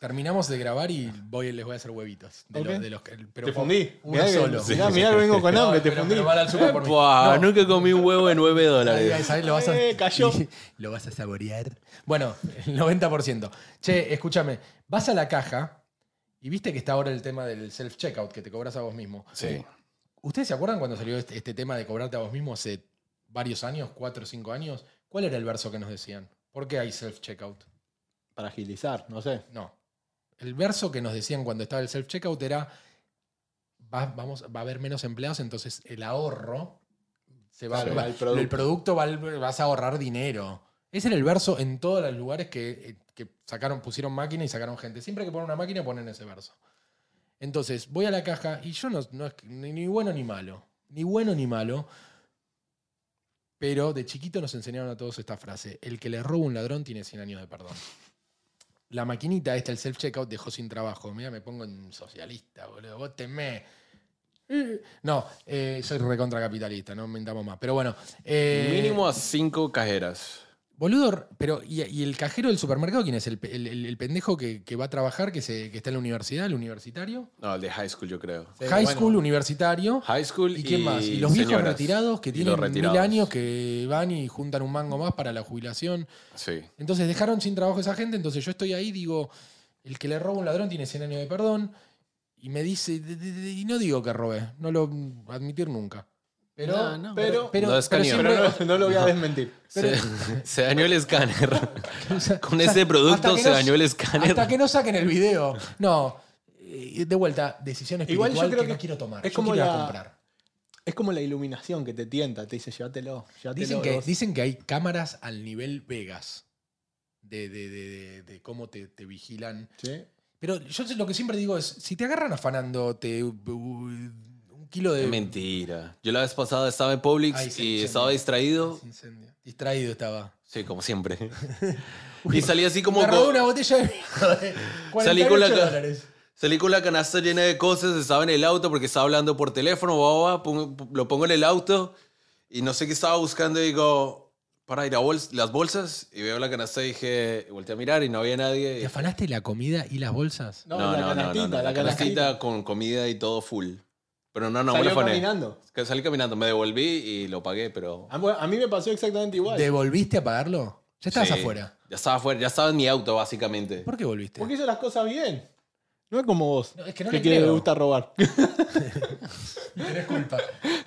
Speaker 1: terminamos de grabar y voy, les voy a hacer huevitos. De
Speaker 2: Ok.
Speaker 1: los, de los que- pero
Speaker 2: Te fundí.
Speaker 1: Uno
Speaker 2: Mirá que,
Speaker 1: solo.
Speaker 2: mirá, mirá que vengo con
Speaker 1: No,
Speaker 2: hambre, te
Speaker 1: pero-
Speaker 2: fundí.
Speaker 1: pero van al super por mí.
Speaker 3: Buah,
Speaker 1: No,
Speaker 3: Nunca comí un huevo de 9
Speaker 1: Ahí,
Speaker 3: dólares.
Speaker 1: ahí, ahí, lo vas a,
Speaker 2: Eh, cayó.
Speaker 1: [laughs] Lo vas a saborear. Bueno, el 90%. Che, escúchame, vas a la caja y viste que está ahora el tema del self-checkout, que te cobras a vos mismo.
Speaker 3: Sí.
Speaker 1: ¿Ustedes se acuerdan cuando salió este, este tema de cobrarte a vos mismo hace varios años, cuatro o cinco años? ¿Cuál era el verso que nos decían? ¿Por qué hay self-checkout?
Speaker 2: Para agilizar, no sé.
Speaker 1: No. El verso que nos decían cuando estaba el self-checkout era, va, vamos, va a haber menos empleados, entonces el ahorro, se va,
Speaker 2: Se
Speaker 1: va-
Speaker 2: va al producto.
Speaker 1: producto. el producto va al- vas a ahorrar dinero. Ese era el verso en todos los lugares que, eh, que sacaron, pusieron máquina y sacaron gente. Siempre que ponen una máquina ponen ese verso. Entonces, voy a la caja y yo no, no es que- ni, ni bueno ni malo. Ni bueno ni malo. Pero de chiquito nos enseñaron a todos esta frase. El que le roba a un ladrón tiene 100 años de perdón. La maquinita esta, el self-checkout, dejó sin trabajo. Mira, me pongo en socialista, boludo. Vótenme. Eh, No, eh, soy recontracapitalista, no mentamos más. Pero bueno. eh,
Speaker 3: Mínimo a 5 cajeras.
Speaker 1: Boludo, r- pero ¿y, y el cajero del supermercado quién es? ¿El, pe- el- el- el pendejo que, que va a trabajar, que, se, que está en la universidad, el universitario?
Speaker 3: No, el de high school, yo creo.
Speaker 1: High school, universitario.
Speaker 3: High school
Speaker 1: ¿Y quién más? Y los viejos
Speaker 3: señoras.
Speaker 1: retirados que
Speaker 3: Y los
Speaker 1: tienen
Speaker 3: retirados.
Speaker 1: mil años que van y juntan un mango más para la jubilación.
Speaker 3: Sí.
Speaker 1: Entonces dejaron sin trabajo a esa gente, entonces yo estoy ahí, digo, el que le roba a un ladrón tiene 100 años de perdón, y me dice, de- de- de- y no digo que robé, no lo mm, admitir nunca. Pero,
Speaker 2: No, no. Pero-
Speaker 1: pero, pero-
Speaker 3: No
Speaker 1: pero
Speaker 3: escaneo.
Speaker 1: siempre-
Speaker 2: Pero no,
Speaker 1: [laughs]
Speaker 2: no lo voy a desmentir.
Speaker 3: Se, se [laughs] dañó el escáner. Con
Speaker 1: Hasta-
Speaker 3: ese
Speaker 1: hasta
Speaker 3: producto
Speaker 1: que
Speaker 3: se
Speaker 1: no-
Speaker 3: dañó el escáner.
Speaker 1: Hasta que no saquen el video. No. eh, De vuelta, decisión espiritual
Speaker 2: Igual yo creo
Speaker 1: que,
Speaker 2: que
Speaker 1: no quiero tomar.
Speaker 2: es
Speaker 1: yo
Speaker 2: como
Speaker 1: quiero ir a
Speaker 2: la-
Speaker 1: comprar.
Speaker 2: Es como la iluminación que te tienta, te dice, llévatelo. llévatelo
Speaker 1: Dicen que,
Speaker 2: vos".
Speaker 1: dicen que hay cámaras al nivel Vegas. De, de- de- de- de cómo te, te vigilan.
Speaker 2: Sí.
Speaker 1: Pero yo sé- lo que siempre digo es, si te agarran afanándote u- u- uh, un un kilo de.
Speaker 3: [laughs] Mentira. Yo la vez pasada estaba en Publix
Speaker 1: Ay,
Speaker 3: y
Speaker 1: se incendió.
Speaker 3: estaba distraído.
Speaker 1: Se incendió. Distraído estaba.
Speaker 3: Sí, como siempre.
Speaker 1: [laughs]
Speaker 3: y salí así como...
Speaker 1: Me robó
Speaker 3: co-
Speaker 1: una
Speaker 3: [laughs]
Speaker 1: botella de vino de
Speaker 3: Salí con la
Speaker 1: 48
Speaker 3: ca-
Speaker 1: dólares.
Speaker 3: Salí con la canasta llena de cosas, estaba en el auto porque estaba hablando por teléfono, boba, pongo- lo pongo en el auto y no sé qué estaba buscando y digo, para ir a bols- las bolsas y veo la canasta y dije, volteé a mirar y no había nadie.
Speaker 1: ¿Te afanaste la comida y las bolsas?
Speaker 2: No, la canastita, la canastita.
Speaker 3: con comida y todo full. Pero no, no, me
Speaker 2: Salió
Speaker 3: lo afané.
Speaker 2: caminando. Ah,
Speaker 3: Es que Salí caminando, me devolví y lo pagué, pero...
Speaker 2: A, a mí me pasó exactamente igual.
Speaker 1: ¿Devolviste a pagarlo? Ya estabas
Speaker 3: Sí.
Speaker 1: afuera.
Speaker 3: Ya estaba afuera, ya estaba en mi auto básicamente.
Speaker 1: ¿Por qué volviste?
Speaker 2: Porque hizo las cosas bien. No es como vos.
Speaker 1: No, es que no le
Speaker 2: le
Speaker 1: creo.
Speaker 2: gusta robar.
Speaker 1: Tenés culpa.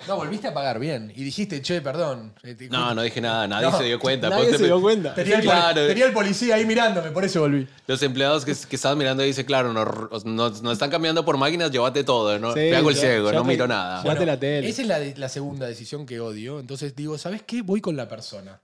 Speaker 1: No, volviste a pagar bien. Y dijiste, che, perdón. Eh, te-
Speaker 3: No, no dije nada, nadie
Speaker 1: No,
Speaker 3: se dio cuenta.
Speaker 2: Nadie
Speaker 3: Ponte-
Speaker 2: se dio cuenta. pues,
Speaker 1: Tenía el, poli-
Speaker 3: Claro.
Speaker 1: tenía el policía ahí mirándome, por eso volví.
Speaker 3: Los empleados que, que estaban mirando dicen, claro, nos no, no están cambiando por máquinas, llévate todo, no,
Speaker 2: Sí,
Speaker 3: me hago el
Speaker 2: ya-
Speaker 3: ciego,
Speaker 2: ya
Speaker 3: no
Speaker 2: te-
Speaker 3: miro nada.
Speaker 2: ya- Date la tele.
Speaker 1: Esa es la, de- la segunda decisión que odio. Entonces digo, ¿sabes qué? Voy con la persona.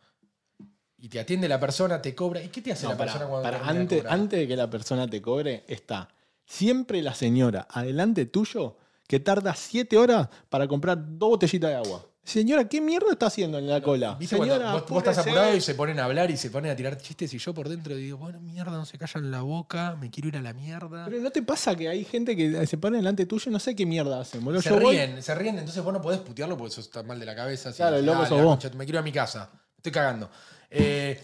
Speaker 1: Y te atiende la persona, te cobra. ¿Y qué te hace
Speaker 2: No,
Speaker 1: la
Speaker 2: pará,
Speaker 1: persona cuando
Speaker 2: pará,
Speaker 1: termina de
Speaker 2: antes,
Speaker 1: cobrar?
Speaker 2: antes de que la persona te cobre, está siempre la señora adelante tuyo que tarda 7 horas para comprar dos botellitas de agua. Señora, ¿qué mierda está haciendo en la cola?
Speaker 1: ¿Viste cuando
Speaker 2: Señora,
Speaker 1: vos, vos estás
Speaker 2: apúrese.
Speaker 1: apurado y se ponen a hablar y se ponen a tirar chistes y yo por dentro digo, bueno, mierda, no se callan la boca, me quiero ir a la mierda.
Speaker 2: Pero ¿no te pasa que hay gente que se para delante tuyo? No sé qué mierda hacen, boludo.
Speaker 1: se
Speaker 2: Yo voy-
Speaker 1: ríen, se ríen, entonces vos no podés putearlo porque sos tan mal de la cabeza. así,
Speaker 2: Claro, el loco
Speaker 1: "Dale,
Speaker 2: sos
Speaker 1: la
Speaker 2: vos".
Speaker 1: concha, Me quiero ir a mi casa, estoy cagando. Eh,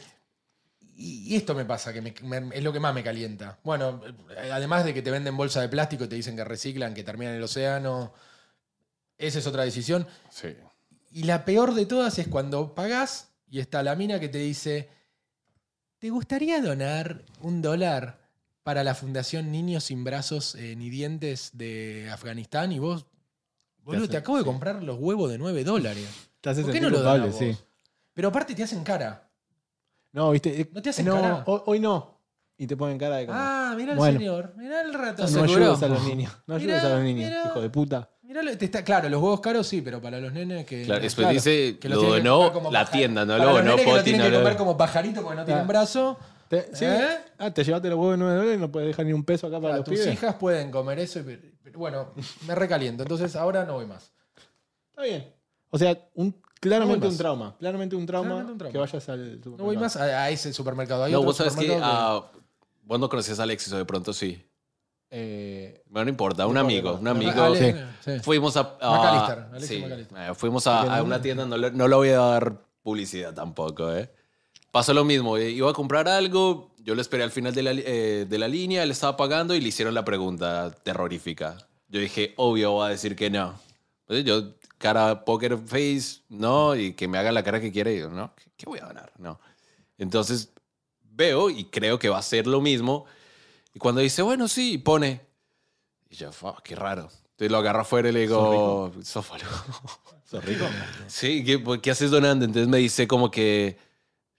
Speaker 1: y, y esto me pasa, que me- me- es lo que más me calienta. Bueno, eh, además de que te venden bolsa de plástico, te dicen que reciclan, que terminan en el océano. Esa es otra decisión.
Speaker 3: Sí.
Speaker 1: Y la peor de todas es cuando pagás y está la mina que te dice, ¿te gustaría donar un dólar para la Fundación Niños sin Brazos eh, ni Dientes de Afganistán? Y vos, boludo, te
Speaker 2: hace-
Speaker 1: acabo de
Speaker 2: sí.
Speaker 1: comprar los huevos de 9 dólares.
Speaker 2: Te haces
Speaker 1: ¿Por qué
Speaker 2: sentir
Speaker 1: no lo
Speaker 2: culpable,
Speaker 1: donás
Speaker 2: sí.
Speaker 1: vos? Pero aparte te hacen cara.
Speaker 2: No, viste. eh,
Speaker 1: ¿No te hacen
Speaker 2: no,
Speaker 1: cara?
Speaker 2: Hoy, hoy no. Y te ponen cara de como.
Speaker 1: Ah, mirá
Speaker 2: Bueno.
Speaker 1: el señor, mirá el rato.
Speaker 2: no ayudes a los niños. No
Speaker 1: Mirá,
Speaker 2: ayudes a los niños,
Speaker 1: mirá.
Speaker 2: hijo de puta.
Speaker 1: te está, claro, los huevos caros sí, pero para los nenes que...
Speaker 3: Claro, después
Speaker 1: claro,
Speaker 3: dice,
Speaker 1: que los
Speaker 3: lo
Speaker 1: tienen que comprar
Speaker 3: donó
Speaker 1: como
Speaker 3: la
Speaker 1: pajar-
Speaker 3: tienda, no
Speaker 1: para
Speaker 3: lo
Speaker 1: los
Speaker 3: donó
Speaker 1: nenes que lo
Speaker 3: Poti,
Speaker 1: tienen
Speaker 3: no
Speaker 1: que
Speaker 3: lo
Speaker 1: comer como pajarito porque no tienen
Speaker 2: Claro.
Speaker 1: brazo.
Speaker 2: Te, sí,
Speaker 1: ¿Eh?
Speaker 2: ah, te llevaste los huevos de 9 dólares y no puedes dejar ni un peso acá para
Speaker 1: Claro,
Speaker 2: los
Speaker 1: tus
Speaker 2: pibes.
Speaker 1: hijas pueden comer eso, y, pero- pero bueno, me recaliento, entonces ahora no voy más.
Speaker 2: Está bien. O sea, un, claramente
Speaker 1: No voy
Speaker 2: un
Speaker 1: más.
Speaker 2: trauma. Claramente un trauma,
Speaker 1: Claramente un trauma.
Speaker 2: que vayas al.
Speaker 1: No voy más a, a ese supermercado. Hay
Speaker 3: No,
Speaker 1: otro
Speaker 3: vos sabes que,
Speaker 1: supermercado
Speaker 3: ah, vos no conocías a Alexis, o de pronto sí.
Speaker 2: Eh,
Speaker 3: Bueno, no importa, un
Speaker 2: No importa,
Speaker 3: amigo,
Speaker 2: no.
Speaker 3: un
Speaker 1: que-
Speaker 3: amigo.
Speaker 1: Ale-
Speaker 2: Sí.
Speaker 1: sí.
Speaker 3: Fuimos a... a-
Speaker 1: McAllister, Alexis
Speaker 3: sí,
Speaker 1: McAllister.
Speaker 3: eh, fuimos a, a una tienda, no le, no le voy a dar publicidad tampoco, ¿eh? Pasó lo mismo, eh, iba a comprar algo, yo lo esperé al final de la, li- eh, de la línea, él estaba pagando y le hicieron la pregunta terrorífica. Yo dije, obvio, va a decir que no. Entonces yo, cara poker face, no, y que me haga la cara que quiera, y yo, no, ¿qué- ¿qué voy a ganar? No. Entonces veo y creo que va a ser lo mismo. Y cuando dice, bueno, sí, y pone. Y yo, "Fa, qué raro. Entonces lo agarro afuera y le digo, sófalo.
Speaker 2: sos rico.
Speaker 3: [laughs] Sí, ¿qué, por qué haces donando? Entonces me dice como que,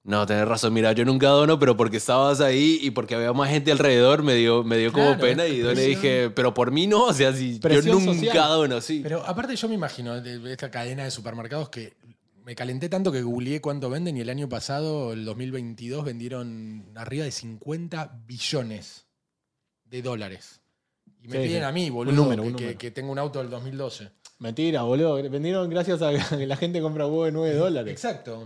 Speaker 3: no, tenés razón, mira, yo nunca dono, pero porque estabas ahí y porque había más gente alrededor, me dio, me dio como
Speaker 1: Claro,
Speaker 3: pena
Speaker 1: es
Speaker 3: y doné. Y
Speaker 1: presión.
Speaker 3: dije, pero por mí no, o sea, si yo
Speaker 2: Presión
Speaker 3: nunca
Speaker 2: social.
Speaker 3: dono, sí.
Speaker 1: Pero aparte yo me imagino eh, de de esta cadena de supermercados que me calenté tanto que googleé cuánto venden y el año pasado, el 2022, vendieron arriba de 50 billones de dólares. Y me
Speaker 2: Sí,
Speaker 1: piden
Speaker 2: sí.
Speaker 1: a mí, boludo,
Speaker 2: número,
Speaker 1: que,
Speaker 2: un
Speaker 1: que-
Speaker 2: número.
Speaker 1: que tengo un auto del 2012.
Speaker 2: Mentira, boludo. Vendieron gracias a que la gente compra huevos de 9 dólares.
Speaker 1: Exacto.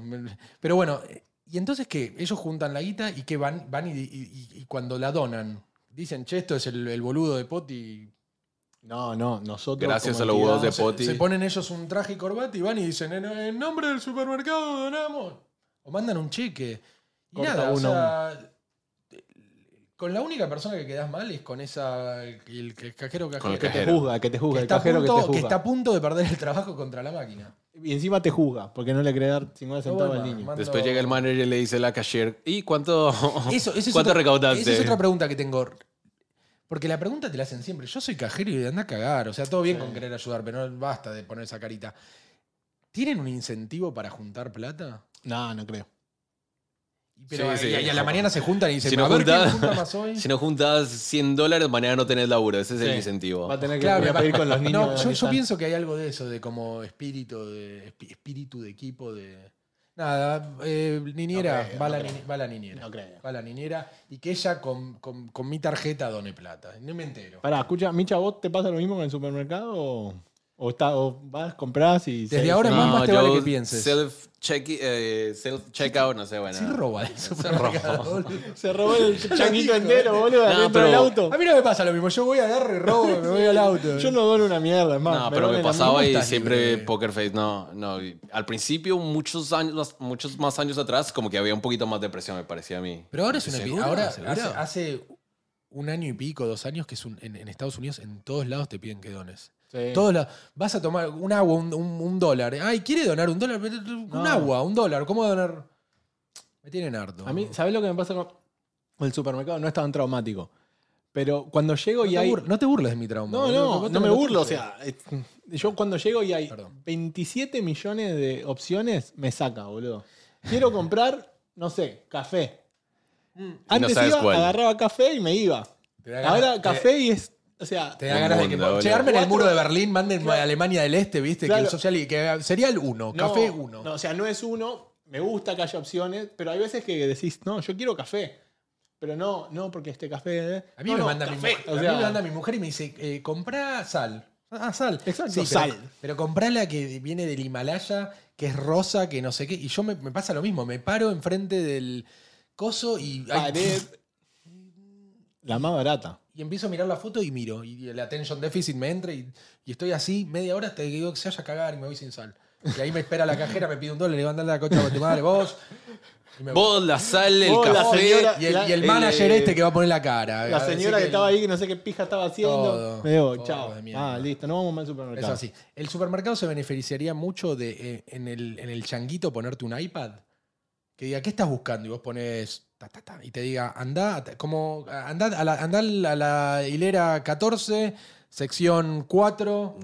Speaker 1: Pero bueno, ¿y entonces qué? Ellos juntan la guita y que van, van y, y- y- y cuando la donan, dicen, che, esto es el, el boludo de Poti.
Speaker 2: No, no, nosotros.
Speaker 3: Gracias
Speaker 2: como
Speaker 3: a los huevos de
Speaker 2: entidad-
Speaker 1: Se,
Speaker 3: Poti.
Speaker 1: se ponen ellos un traje y corbata y van y dicen, en, en nombre del supermercado donamos. O mandan un cheque. Y
Speaker 2: Corta
Speaker 1: nada, o
Speaker 2: uno a
Speaker 1: sea, con la única persona que quedas mal es con esa. El, el cajero cajero.
Speaker 3: Con el
Speaker 2: Que te
Speaker 3: Cajero.
Speaker 2: juzga, que te juzga,
Speaker 1: que
Speaker 2: el
Speaker 1: está a
Speaker 2: cajero que te
Speaker 1: punto- que está
Speaker 2: juzga.
Speaker 1: a punto de perder el trabajo contra la máquina.
Speaker 2: Y encima te juzga, porque no le crees dar 50
Speaker 1: No voy
Speaker 2: centavos al
Speaker 1: más,
Speaker 2: niño.
Speaker 1: más.
Speaker 3: Después llega el manager y le dice a la cashier, ¿y cuánto, [laughs]
Speaker 1: Eso, eso es
Speaker 3: Ah, cuánto
Speaker 1: otra-
Speaker 3: recaudaste?
Speaker 1: Esa es otra pregunta que tengo. Porque la pregunta te la hacen siempre. Yo soy cajero y anda a cagar. O sea, todo bien
Speaker 2: Sí.
Speaker 1: con querer ayudar, pero no basta de poner esa carita. ¿Tienen un incentivo para juntar plata?
Speaker 2: No, no creo.
Speaker 1: Y Pero
Speaker 3: Sí,
Speaker 1: y-
Speaker 3: sí.
Speaker 1: y a la mañana se juntan y dicen,
Speaker 3: Si no
Speaker 1: a ver quién
Speaker 3: juntas-
Speaker 1: junta más hoy.
Speaker 3: [laughs] Si no juntas 100 dólares, mañana no tenés laburo. Ese es el
Speaker 2: Sí.
Speaker 3: incentivo.
Speaker 2: Va a tener que
Speaker 1: [laughs] Claro,
Speaker 2: ir a
Speaker 1: pero-
Speaker 2: pedir con los niños.
Speaker 1: No,
Speaker 2: de
Speaker 1: yo, yo
Speaker 2: Afganistán.
Speaker 1: pienso que hay algo de eso, de como espíritu de, espi- espíritu de equipo, de... Nada, eh, niñera,
Speaker 2: No creo,
Speaker 1: va,
Speaker 2: no
Speaker 1: la
Speaker 2: creo.
Speaker 1: ni- va la niñera.
Speaker 2: No creo.
Speaker 1: Va la niñera y que ella con, con- con mi tarjeta done plata. No me entero.
Speaker 2: Pará, escucha, Micha, ¿vos te pasa lo mismo con el supermercado? o- O, está, o vas, compras y.
Speaker 1: Desde ahora- Pero más- más te vale que pienses.
Speaker 3: Self check, eh, self checkout, no sé, bueno.
Speaker 1: Sí
Speaker 2: [laughs]
Speaker 1: roba del supermercado, boludo.
Speaker 2: Se robó
Speaker 1: [laughs]
Speaker 2: el changuito entero, boludo,
Speaker 3: No,
Speaker 2: dentro
Speaker 3: pero-
Speaker 2: del auto.
Speaker 1: eh. A mí no me pasa lo mismo. Yo voy, agarro y robo, me voy al auto.
Speaker 2: Yo no dono una mierda, es más.
Speaker 3: No, pero me
Speaker 2: donen a mí.
Speaker 3: pasaba y
Speaker 1: estás
Speaker 3: siempre
Speaker 1: libre.
Speaker 3: Poker Face, no, no. y Al principio, muchos años, muchos más años atrás, como que había un poquito más depresión, me parecía a mí.
Speaker 1: Pero ahora es una
Speaker 4: ¿Seguro?
Speaker 1: Ahora
Speaker 4: ¿Seguro?
Speaker 1: hace, hace un año y pico, dos años, que es un- en, en Estados Unidos en todos lados te piden que dones.
Speaker 2: Sí.
Speaker 1: Todos lados. Vas a tomar un agua, un, un- un dólar. Ay, ¿quiere donar un dólar? Un
Speaker 2: No.
Speaker 1: agua, un dólar. ¿Cómo va a donar? Me tienen harto.
Speaker 2: A mí, ¿sabes lo que me pasa con el supermercado? No es tan traumático. Pero cuando llego
Speaker 1: no,
Speaker 2: y
Speaker 1: te
Speaker 2: hay.
Speaker 1: bur- no te burles de mi trauma.
Speaker 2: No,
Speaker 1: boludo,
Speaker 2: no,
Speaker 1: vos
Speaker 2: no
Speaker 1: te-
Speaker 2: me
Speaker 1: te-
Speaker 2: burlo. O sea, es- yo cuando llego y hay
Speaker 1: Perdón.
Speaker 2: 27 millones de opciones, me saca, boludo. Quiero comprar, no sé, café.
Speaker 1: Mm.
Speaker 2: Antes
Speaker 3: sabes
Speaker 2: iba,
Speaker 3: cuál.
Speaker 2: agarraba café y me iba.
Speaker 1: Te da ganas-
Speaker 2: Ahora
Speaker 1: te-
Speaker 2: café y es. O sea,
Speaker 1: Te da
Speaker 3: Un
Speaker 1: ganas de que
Speaker 3: mundo, boludo.
Speaker 1: llegarme en el muro de Berlín, manden
Speaker 2: Claro.
Speaker 1: a Alemania del Este, ¿viste? Que
Speaker 2: Claro.
Speaker 1: el social y que sería el uno,
Speaker 2: no,
Speaker 1: café uno.
Speaker 2: no, o sea, no es uno. Me gusta que haya opciones, pero hay veces que decís, no, yo quiero café. Pero no, no, porque este café. eh,
Speaker 1: A mí,
Speaker 2: no,
Speaker 1: me,
Speaker 2: no,
Speaker 1: manda mi
Speaker 2: café.
Speaker 1: mujer,
Speaker 2: O
Speaker 1: a mí
Speaker 2: sea,
Speaker 1: me manda mi mujer y me dice, eh, comprá sal. Ah, sal.
Speaker 2: Exacto,
Speaker 1: pero- Pero,
Speaker 2: sal.
Speaker 1: comprá la que viene del Himalaya, que es rosa, que no sé qué. Y yo me, me pasa lo mismo, me paro enfrente del coso y, ay, [laughs]
Speaker 2: pared. La más barata.
Speaker 1: y empiezo a mirar la foto y miro. Y el attention deficit me entra y, y estoy así media hora hasta que digo que se vaya a cagar y me voy sin sal. Y ahí me espera la cajera, me pide un dólar, le van a dar la cocha a tu madre, vos. Y me voy.
Speaker 3: Vos, la sal, el
Speaker 2: Vos, la
Speaker 3: café.
Speaker 2: señora-
Speaker 1: Y el,
Speaker 2: la-
Speaker 1: y el manager
Speaker 3: eh,
Speaker 1: este que va a poner la cara.
Speaker 2: La señora que estaba ahí, que no sé qué pija estaba haciendo.
Speaker 1: Todo,
Speaker 2: me digo,
Speaker 1: todo
Speaker 2: chao.
Speaker 1: de mierda.
Speaker 2: Ah, listo, no vamos más al
Speaker 1: Es
Speaker 2: supermercado.
Speaker 1: así. El supermercado se beneficiaría mucho de eh, en, el, en el changuito ponerte un iPad que diga, ¿qué estás buscando? Y vos pones ta, ta, ta, y te diga, anda, a- como, anda, a la, andá a la hilera 14, sección 4.
Speaker 3: No,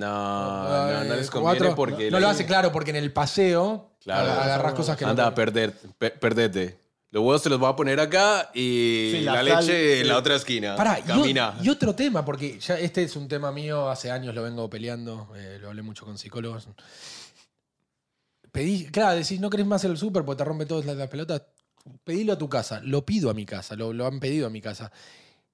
Speaker 3: no, no les
Speaker 1: eh,
Speaker 3: conviene
Speaker 1: cuatro.
Speaker 3: porque.
Speaker 1: No
Speaker 3: la-
Speaker 1: lo hace claro porque en el paseo
Speaker 3: Claro.
Speaker 1: agarras cosas que
Speaker 3: Anda,
Speaker 1: no.
Speaker 3: perder, pe- perdete. Los huevos te los voy a poner acá y
Speaker 2: Sí,
Speaker 3: la,
Speaker 2: la sal,
Speaker 3: leche en
Speaker 2: sí.
Speaker 3: la otra esquina.
Speaker 1: eh, Pará, y o-
Speaker 3: Camina.
Speaker 1: Y, otro tema, porque ya este es un tema mío, hace años lo vengo peleando, eh, lo hablé mucho con psicólogos. Pedí, claro, decís, no querés más el súper porque te rompe todas las, las pelotas. Pedilo a tu casa, lo pido a mi casa, lo, lo han pedido a mi casa.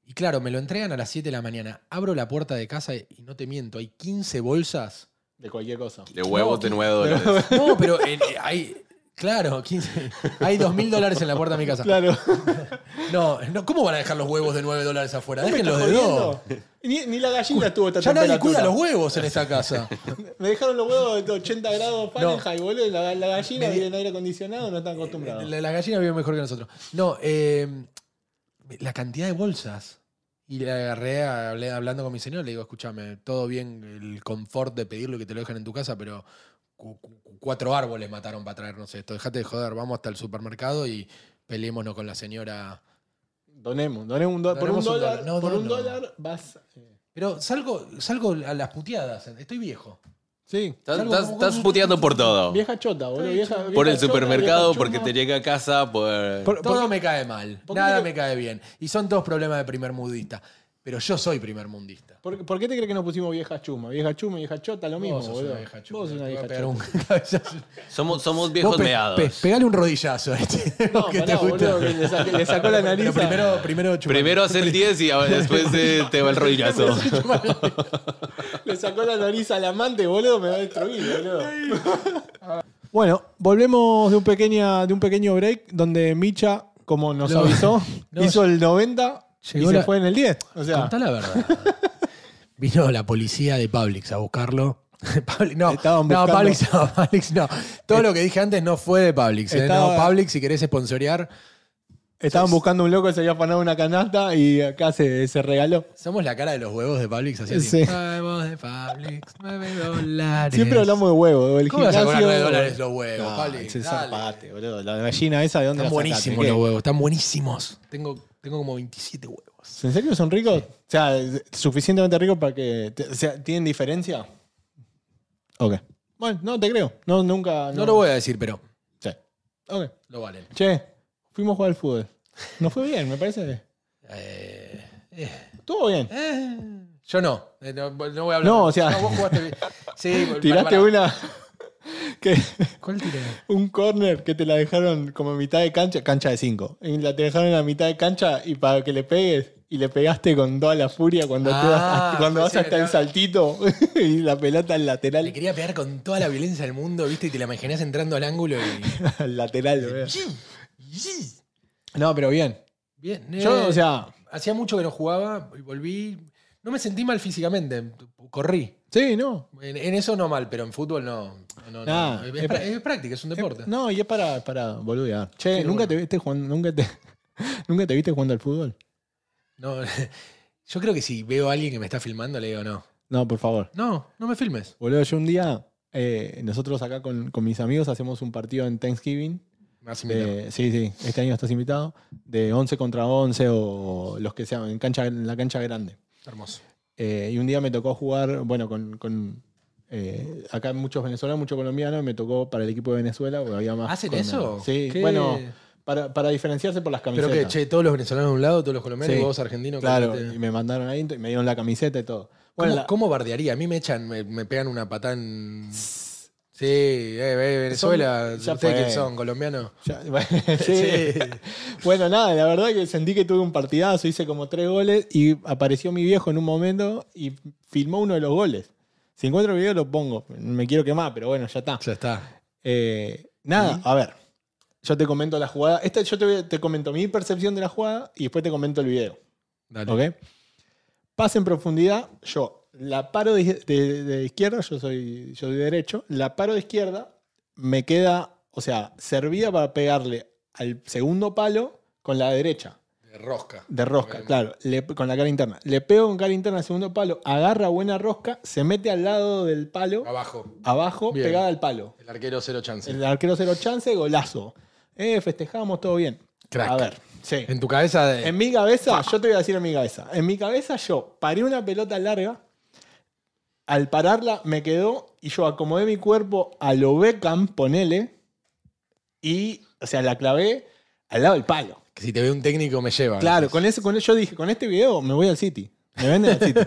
Speaker 1: Y claro, me lo entregan a las 7 de la mañana. Abro la puerta de casa y y no te miento, hay 15 bolsas.
Speaker 2: [laughs] De cualquier
Speaker 1: [laughs]
Speaker 2: cosa.
Speaker 3: de huevos
Speaker 1: No,
Speaker 3: de 9
Speaker 1: [laughs]
Speaker 3: dólares.
Speaker 1: No, pero eh, eh, hay. Claro, 15. Hay 2 mil dólares en la puerta de mi casa.
Speaker 2: Claro.
Speaker 1: No, no, ¿cómo van a dejar los huevos de 9 dólares afuera?
Speaker 2: ¿Me
Speaker 1: Déjenlos
Speaker 2: estás
Speaker 1: de 2.
Speaker 2: jodiendo? Ni, ni la gallina estuvo a esta
Speaker 1: Ya nadie
Speaker 2: temperatura.
Speaker 1: cuida los huevos en esta casa.
Speaker 2: Me dejaron los huevos de 80 grados Fahrenheit, boludo. y La, la gallina
Speaker 1: Me di-
Speaker 2: vive en aire acondicionado, no
Speaker 1: Eh,
Speaker 2: están acostumbrados.
Speaker 1: La- Las gallinas viven mejor que nosotros. No, eh, la cantidad de bolsas. Y le agarré, a- hablé- hablando con mi señor, le digo, escúchame, todo bien el confort de pedirlo y que te lo dejen en tu casa, pero cu- cu- cuatro árboles mataron para traernos esto. Dejate de joder, vamos hasta el supermercado y peleémonos con la señora.
Speaker 2: Donemos, donemos un, do- por un
Speaker 1: Donemos un
Speaker 2: dólar.
Speaker 1: dólar. No,
Speaker 2: por un
Speaker 1: dono.
Speaker 2: dólar vas. eh,
Speaker 1: Pero salgo, salgo a las puteadas, estoy viejo.
Speaker 2: Sí.
Speaker 3: Estás-
Speaker 1: Algo
Speaker 3: Estás
Speaker 1: como-
Speaker 3: estás puteando por todo.
Speaker 2: Vieja chota, boludo.
Speaker 1: Sí,
Speaker 2: vieja-
Speaker 1: sí.
Speaker 3: Por
Speaker 2: vieja
Speaker 3: el
Speaker 2: chota,
Speaker 3: supermercado,
Speaker 2: vieja
Speaker 3: porque
Speaker 2: chuma.
Speaker 3: te llega a casa, pues, por.
Speaker 2: Por-
Speaker 1: Todo
Speaker 2: porque-
Speaker 1: me cae mal,
Speaker 2: por qué
Speaker 1: nada
Speaker 2: te-
Speaker 1: me cae bien. Y son todos problemas de primer mundista. Pero yo soy primer mundista.
Speaker 2: ¿Por, por qué te crees que nos pusimos vieja chuma? Vieja chuma y vieja chota, lo mismo,
Speaker 1: Vos sos
Speaker 2: boludo.
Speaker 1: una vieja chota.
Speaker 2: Vos sos una
Speaker 1: Te voy a
Speaker 2: vieja
Speaker 1: pegar
Speaker 2: chota.
Speaker 1: un [laughs]
Speaker 2: [laughs]
Speaker 1: cabezazo.
Speaker 3: Somos, somos viejos
Speaker 1: Vos pe-
Speaker 3: meados.
Speaker 1: pe- pegale un rodillazo a este. [laughs]
Speaker 2: No,
Speaker 1: que
Speaker 2: pará,
Speaker 1: te gusta.
Speaker 2: boludo, que le, saqué- le sacó la nariz.
Speaker 1: Pero
Speaker 2: a-
Speaker 1: primero, primero, chupar. [laughs]
Speaker 3: Primero hacer 10 y a- después eh, te va el rodillazo.
Speaker 2: Le sacó la nariz al amante, boludo, me va a destruir, boludo. [laughs] Bueno, volvemos de un, pequeña, de un pequeño break donde Micha, como nos
Speaker 1: No.
Speaker 2: avisó,
Speaker 1: [laughs] No,
Speaker 2: hizo el 90 y
Speaker 1: llegó
Speaker 2: se
Speaker 1: la-
Speaker 2: fue en el 10. [laughs] O sea,
Speaker 1: Contá la verdad. Vino la policía de Publix a buscarlo. [laughs] Publix- no,
Speaker 2: Estaban
Speaker 1: no,
Speaker 2: buscando-
Speaker 1: Publix no, Publix no. Todo lo que dije antes no fue de Publix. eh.
Speaker 2: Estaba-
Speaker 1: No, Publix, si querés esponsorear,
Speaker 2: estaban buscando un loco que se había afanado una canasta y acá se, se regaló.
Speaker 1: somos la cara de los huevos de Publix. Así, así.
Speaker 2: Sí.
Speaker 1: [laughs] Huevos de Publix, 9 dólares.
Speaker 2: Siempre hablamos de huevo, del
Speaker 1: ¿Cómo vas a cobrar
Speaker 2: gimnasio.
Speaker 1: 9 dólares los huevos,
Speaker 2: No,
Speaker 1: Publix?
Speaker 2: se
Speaker 1: Dale.
Speaker 2: zarpate, boludo. La gallina esa, ¿de dónde
Speaker 1: Están
Speaker 2: la sacaste?
Speaker 1: buenísimos
Speaker 2: ¿Qué?
Speaker 1: los huevos, están buenísimos. Tengo, tengo como 27 huevos.
Speaker 2: ¿En serio son ricos? O sea, suficientemente ricos para que. te- o sea, ¿tienen diferencia? Ok. Bueno, no te creo. No, nunca.
Speaker 1: No, lo voy a decir, pero
Speaker 2: Sí. Ok.
Speaker 1: lo valen.
Speaker 2: Che, fuimos a jugar al fútbol. No fue bien, me parece.
Speaker 1: Eh, eh,
Speaker 2: Estuvo bien.
Speaker 1: eh. Yo no, eh, no, no voy a hablar.
Speaker 2: No, o sea-
Speaker 1: vos jugaste
Speaker 2: [laughs]
Speaker 1: bien. Sí,
Speaker 2: Tiraste
Speaker 1: pará.
Speaker 2: una. [laughs] Que,
Speaker 1: ¿Cuál tiré?
Speaker 2: un corner que te la dejaron como en mitad de cancha, cancha de 5. Y la te dejaron en la mitad de cancha y para que le pegues, y le pegaste con toda la furia cuando, te vas,
Speaker 1: Ah,
Speaker 2: cuando vas
Speaker 1: pensé
Speaker 2: hasta
Speaker 1: que
Speaker 2: el
Speaker 1: estaba-
Speaker 2: saltito [laughs] y la pelota al
Speaker 1: Le
Speaker 2: lateral.
Speaker 1: quería pegar con toda la violencia del mundo, ¿viste? Y te la imaginás entrando al
Speaker 2: [laughs]
Speaker 1: ángulo y.
Speaker 2: al lateral, boludo. No, pero bien.
Speaker 1: Bien, eh,
Speaker 2: Yo, o sea,
Speaker 1: Hacía mucho que no jugaba y volví. No me sentí mal físicamente, corrí.
Speaker 2: sí, no.
Speaker 1: En, en eso no mal, pero en fútbol no. no, no,
Speaker 2: Nah,
Speaker 1: no. Es,
Speaker 2: es
Speaker 1: pra-
Speaker 2: pra-
Speaker 1: es práctica, es un deporte.
Speaker 2: No, y es para, para boludear. Che,
Speaker 1: Sí,
Speaker 2: nunca
Speaker 1: bueno.
Speaker 2: te viste jugando, nunca te, [laughs] nunca te viste jugando al fútbol.
Speaker 1: No, [laughs] yo creo que si veo a alguien que me está filmando, le digo no.
Speaker 2: No, por favor.
Speaker 1: No, no me filmes.
Speaker 2: Boludo, yo un día, eh, nosotros acá con, con mis amigos hacemos un partido en Thanksgiving.
Speaker 1: Me vas a invitar.
Speaker 2: de- sí, sí, este año estás invitado. De 11 contra 11 o los que sean, en, cancha, en la cancha grande.
Speaker 1: Hermoso.
Speaker 2: Eh, y un día me tocó jugar, bueno, con... con, eh, acá muchos venezolanos, muchos colombianos, me tocó para el equipo de Venezuela, porque había más...
Speaker 1: ¿Hacen
Speaker 2: con-
Speaker 1: eso?
Speaker 2: Sí,
Speaker 1: ¿Qué?
Speaker 2: bueno, para, para diferenciarse por las
Speaker 1: Pero
Speaker 2: camisetas.
Speaker 1: que, che, todos los venezolanos de un lado, todos los colombianos
Speaker 2: Sí.
Speaker 1: y vos argentinos.
Speaker 2: Claro,
Speaker 1: comete-
Speaker 2: y me mandaron ahí y me dieron la camiseta y todo.
Speaker 1: ¿Cómo,
Speaker 2: Bueno, la-
Speaker 1: cómo bardearía? A mí me echan, me, me pegan una patada en... Sí, eh, eh, Venezuela,
Speaker 2: Son- ya
Speaker 1: ¿ustedes
Speaker 2: fue.
Speaker 1: quién son? ¿Colombianos?
Speaker 2: [laughs] ya-
Speaker 1: [laughs]
Speaker 2: sí. [laughs] Bueno, nada, la verdad que sentí que tuve un partidazo, hice como tres goles y apareció mi viejo en un momento y filmó uno de los goles. Si encuentro el video lo pongo, me quiero quemar, pero bueno, ya está.
Speaker 1: Ya está.
Speaker 2: Eh, nada, a ver, yo te comento la jugada. Esta, yo te, voy- te comento mi percepción de la jugada y después te comento el video.
Speaker 1: Dale.
Speaker 2: ¿Ok? Pase en profundidad, yo la paro de, de- de izquierda, yo soy, yo soy derecho, la paro de izquierda, me queda, o sea, servida para pegarle al segundo palo con la derecha,
Speaker 1: De rosca.
Speaker 2: de rosca,
Speaker 1: Bueno.
Speaker 2: claro, le- con la cara interna. Le pego con cara interna al segundo palo, agarra buena rosca, se mete al lado del palo,
Speaker 1: Abajo.
Speaker 2: abajo,
Speaker 1: Bien.
Speaker 2: pegada al palo.
Speaker 1: El arquero cero chance.
Speaker 2: El arquero cero chance, golazo. Eh, festejamos, todo bien.
Speaker 1: Crack.
Speaker 2: A ver, sí.
Speaker 1: En tu cabeza de...
Speaker 2: En mi cabeza, yo te voy a decir en mi cabeza. En mi cabeza yo paré una pelota larga, al pararla me quedó y yo acomodé mi cuerpo a lo Beckham, ponele, y, o sea, la clavé al lado del palo.
Speaker 1: que si te ve un técnico me lleva.
Speaker 2: Claro, con ese, con yo dije, con este video me voy al City. Me venden al
Speaker 1: [laughs]
Speaker 2: City.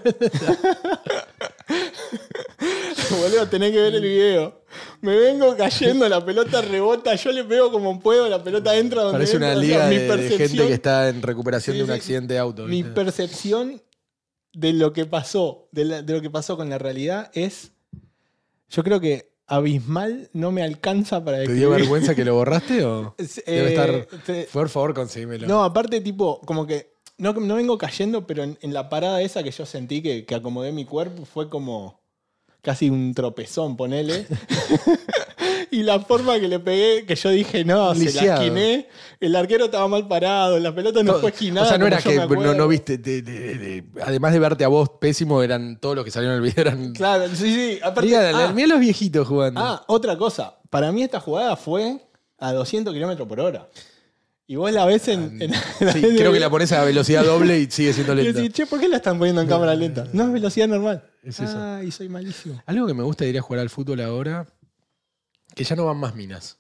Speaker 2: Boludo, tenés que ver el video. Me vengo cayendo, la pelota rebota, yo le pego como puedo, la pelota entra donde
Speaker 1: Parece una
Speaker 2: entra, o sea,
Speaker 1: liga
Speaker 2: mi
Speaker 1: de, de gente
Speaker 2: percepción-
Speaker 1: que está en recuperación
Speaker 2: Sí,
Speaker 1: de un
Speaker 2: sí.
Speaker 1: accidente de auto.
Speaker 2: mi
Speaker 1: ¿viste?
Speaker 2: percepción de lo que pasó, de, la- de lo que pasó con la realidad es, yo creo que abismal no me alcanza para
Speaker 1: ¿Te dio
Speaker 2: describir-
Speaker 1: vergüenza que lo borraste o...?
Speaker 2: Es, eh,
Speaker 1: Debe estar-
Speaker 2: te-
Speaker 1: Por favor, conseguímelo.
Speaker 2: no, aparte tipo, como que no, no vengo cayendo, pero en, en la parada esa que yo sentí que, que acomodé mi cuerpo fue como casi un tropezón, ponele. [laughs] y la forma que le pegué, que yo dije, no, se la
Speaker 1: Lisiado.
Speaker 2: esquiné, el arquero estaba mal parado, la pelota no
Speaker 1: To-
Speaker 2: fue esquinada.
Speaker 1: O sea, no
Speaker 2: como
Speaker 1: era
Speaker 2: yo
Speaker 1: que
Speaker 2: me
Speaker 1: no,
Speaker 2: acuerdo.
Speaker 1: no viste. te- te- te- además de verte a vos pésimo, eran todos los que salieron en el video. Eran,
Speaker 2: Claro, sí, sí. Aparte,
Speaker 1: Mirá,
Speaker 2: ah,
Speaker 1: mirá los viejitos jugando.
Speaker 2: Ah, otra cosa. Para mí esta jugada fue a 200 kilómetros por hora. Y vos la ves en... en- la [laughs]
Speaker 1: Ah, Sí,
Speaker 2: ves en-
Speaker 1: creo que la pones a velocidad doble y sigue
Speaker 2: [laughs]
Speaker 1: siendo
Speaker 2: y
Speaker 1: lenta.
Speaker 2: decís, che, ¿por qué la están poniendo en cámara
Speaker 1: [laughs]
Speaker 2: lenta? No es velocidad normal.
Speaker 1: Es eso.
Speaker 2: Ay, soy malísimo.
Speaker 1: Algo que me gusta de ir a jugar al fútbol ahora, que ya no van más minas.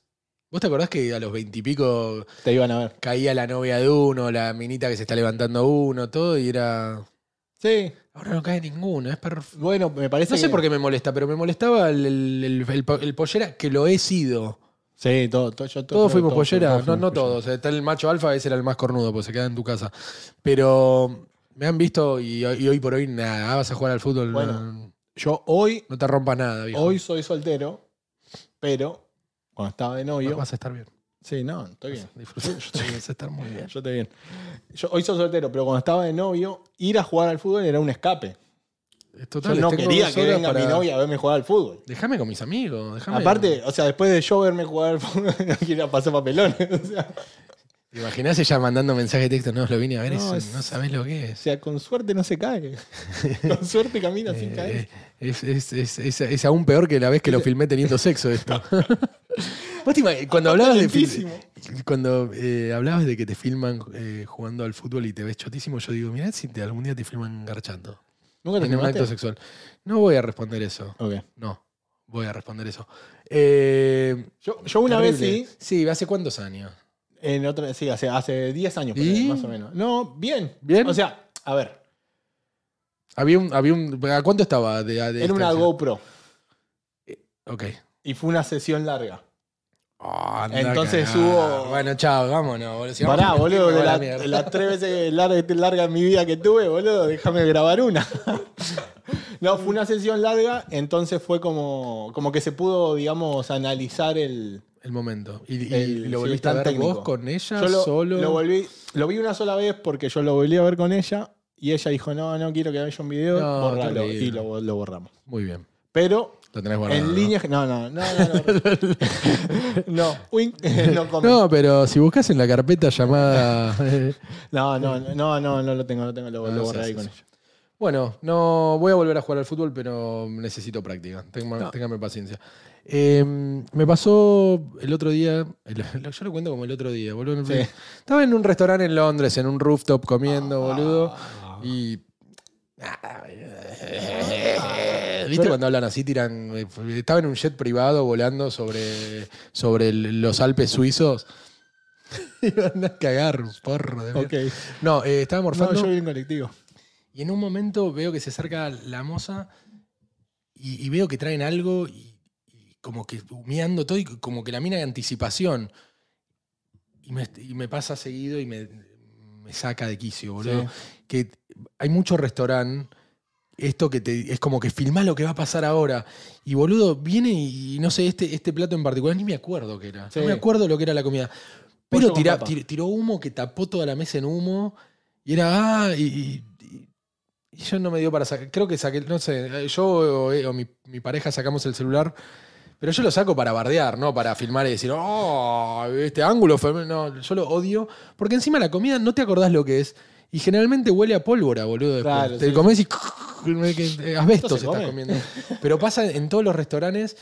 Speaker 1: ¿Vos te acordás que a los veintipico
Speaker 2: Te iban a ver.
Speaker 1: caía la novia de uno, la minita que se está levantando uno, todo, y era.
Speaker 2: Sí.
Speaker 1: Ahora no cae ninguna, es perfecto.
Speaker 2: Bueno, me parece
Speaker 1: No sé
Speaker 2: que-
Speaker 1: por qué me molesta, pero me molestaba el, el, el- el po- el pollera, que lo he sido.
Speaker 2: Sí, todo, todo, yo- todo-
Speaker 1: Todos fuimos
Speaker 2: todo-
Speaker 1: pollera,
Speaker 2: todos
Speaker 1: no,
Speaker 2: fuimos
Speaker 1: no
Speaker 2: pollera.
Speaker 1: todos. Está el macho alfa, ese era el más cornudo, pues se queda en tu casa. Pero me han visto y, y hoy por hoy nada, ah, vas a jugar al fútbol. no-
Speaker 2: Bueno. Yo hoy,
Speaker 1: no te rompas nada, viejo.
Speaker 2: hoy soy soltero, pero cuando estaba de novio...
Speaker 1: vas a estar bien.
Speaker 2: Sí, no, estoy bien.
Speaker 1: Vas a disfrutar, [laughs] yo te- vas a estar muy bien.
Speaker 2: Yo te bien. Yo hoy soy soltero, pero cuando estaba de novio, ir a jugar al fútbol era un escape.
Speaker 1: Es
Speaker 2: Yo
Speaker 1: Total,
Speaker 2: no
Speaker 1: tengo
Speaker 2: quería
Speaker 1: dos
Speaker 2: que
Speaker 1: horas
Speaker 2: venga
Speaker 1: para-
Speaker 2: mi novia a verme jugar al fútbol.
Speaker 1: Déjame con mis amigos. déjame-
Speaker 2: Aparte, o sea, después de yo verme jugar al fútbol, [laughs] no quería pasar papelones. [laughs] O sea,
Speaker 1: ¿Te imaginás ella mandando mensaje de texto? No, lo vine a ver,
Speaker 2: No,
Speaker 1: eso,
Speaker 2: es-
Speaker 1: no sabés lo que
Speaker 2: o
Speaker 1: es.
Speaker 2: sea, con suerte no se
Speaker 1: [laughs]
Speaker 2: cae. Con suerte camina sin
Speaker 1: Eh,
Speaker 2: caer.
Speaker 1: es, es- es- es- es aún peor que la vez que lo filmé teniendo sexo esto. [laughs] Vos te imag- cuando hablabas de fil-
Speaker 2: Lentísimo.
Speaker 1: cuando eh, hablabas de que te filman eh, jugando al fútbol y te ves chotísimo, yo digo, mirá si te- algún día te filman garchando.
Speaker 2: Nunca te
Speaker 1: En un
Speaker 2: filmaste?
Speaker 1: acto sexual. No voy a responder eso.
Speaker 2: Ok.
Speaker 1: No, voy a responder eso. Eh,
Speaker 2: Yo, yo una vez
Speaker 1: terrible.
Speaker 2: sí,
Speaker 1: Sí, ¿hace cuántos años?
Speaker 2: en otra, sí, hace, hace 10 años, por
Speaker 1: ¿Y?
Speaker 2: ahí, más o menos. No, bien.
Speaker 1: ¿Bien?
Speaker 2: O sea, a ver,
Speaker 1: Había un, había un, ¿A cuánto estaba? De, de
Speaker 2: era una
Speaker 1: distancia?
Speaker 2: GoPro
Speaker 1: Ok.
Speaker 2: y fue una sesión larga.
Speaker 1: Ah, anda a
Speaker 2: Entonces
Speaker 1: cagar.
Speaker 2: hubo-
Speaker 1: Bueno, chao, vámonos, boludo. Si
Speaker 2: Pará,
Speaker 1: vamos a
Speaker 2: boludo,
Speaker 1: discutir,
Speaker 2: de,
Speaker 1: me
Speaker 2: la-
Speaker 1: va la mierda.
Speaker 2: de las tres veces largas larga en mi vida que tuve, boludo, déjame grabar
Speaker 1: [laughs]
Speaker 2: una. no, fue una sesión larga, entonces fue como, como que se pudo, digamos, analizar el...
Speaker 1: El momento. ¿Y, y
Speaker 2: el-
Speaker 1: lo
Speaker 2: sí,
Speaker 1: volviste a
Speaker 2: tan
Speaker 1: ver
Speaker 2: técnico.
Speaker 1: vos con ella
Speaker 2: Yo lo,
Speaker 1: solo?
Speaker 2: Lo, volví, lo vi una sola vez porque yo lo volví a ver con ella y ella dijo, no, no quiero que vea yo un video,
Speaker 1: No,
Speaker 2: borralo.
Speaker 1: terrible.
Speaker 2: Y lo, lo borramos.
Speaker 1: Muy bien.
Speaker 2: Pero
Speaker 1: Lo tenés guardado.
Speaker 2: en
Speaker 1: ¿no?
Speaker 2: líneas... No, no, no, no.
Speaker 1: [laughs]
Speaker 2: No, no, Uy, [laughs] no, come.
Speaker 1: No, pero si buscas en la carpeta llamada.
Speaker 2: [laughs]
Speaker 1: eh,
Speaker 2: no, no, no, no, no lo tengo, no tengo, lo,
Speaker 1: Ah,
Speaker 2: lo
Speaker 1: sí,
Speaker 2: borré
Speaker 1: sí,
Speaker 2: ahí con
Speaker 1: sí.
Speaker 2: ella.
Speaker 1: bueno, no voy a volver a jugar al fútbol, pero necesito práctica. Tenga-
Speaker 2: No.
Speaker 1: Téngame paciencia. Eh, me pasó el otro día. el- yo lo cuento como el otro día, boludo. en el
Speaker 2: Sí.
Speaker 1: primer- Estaba en un restaurante en Londres, en un rooftop comiendo, boludo. Y. ¿Viste
Speaker 2: Pero-
Speaker 1: cuando hablan así? Tiran. Estaba en un jet privado volando sobre, sobre el- los Alpes suizos. [laughs] Iban a cagar, porro. de
Speaker 2: Ok.
Speaker 1: mierda. No, eh, estaba
Speaker 2: No,
Speaker 1: morfando.
Speaker 2: yo vi en colectivo.
Speaker 1: Y en un momento veo que se acerca la moza y, y veo que traen algo y, y como que humeando todo y como que la mina de anticipación. Y me, y me pasa seguido y me, me saca de quicio, boludo.
Speaker 2: Sí.
Speaker 1: Que hay mucho restaurante. Esto que te, es como que filmá lo que va a pasar ahora. Y boludo, viene y, y no sé, este, este plato en particular, ni me acuerdo qué era.
Speaker 2: Sí.
Speaker 1: No me acuerdo lo que era la comida.
Speaker 2: Pollo
Speaker 1: Pero
Speaker 2: con
Speaker 1: tira-
Speaker 2: papa.
Speaker 1: tir- tiró humo que tapó toda la mesa en humo. Y era, ah, y, y- y- y yo no me dio para sacar. Creo que saqué, no sé, eh, yo o, eh, o mi, mi pareja sacamos el celular, pero yo lo saco para bardear, ¿no? Para filmar y decir, oh, este ángulo femenino. No, yo lo odio. Porque encima la comida no te acordás lo que es. Y generalmente huele a pólvora, boludo. después.
Speaker 2: Claro,
Speaker 1: te
Speaker 2: sí.
Speaker 1: comes y. [laughs] que- eh,
Speaker 2: Esto
Speaker 1: Asbestos
Speaker 2: se
Speaker 1: estás
Speaker 2: come.
Speaker 1: comiendo. Pero pasa en todos los restaurantes.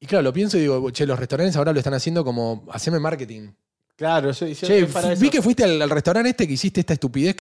Speaker 1: Y claro, lo pienso y digo, che, los restaurantes ahora lo están haciendo como, haceme marketing.
Speaker 2: Claro, yo, yo-
Speaker 1: Che,
Speaker 2: es para
Speaker 1: vi
Speaker 2: eso.
Speaker 1: que fuiste al, al restaurante este que hiciste esta estupidez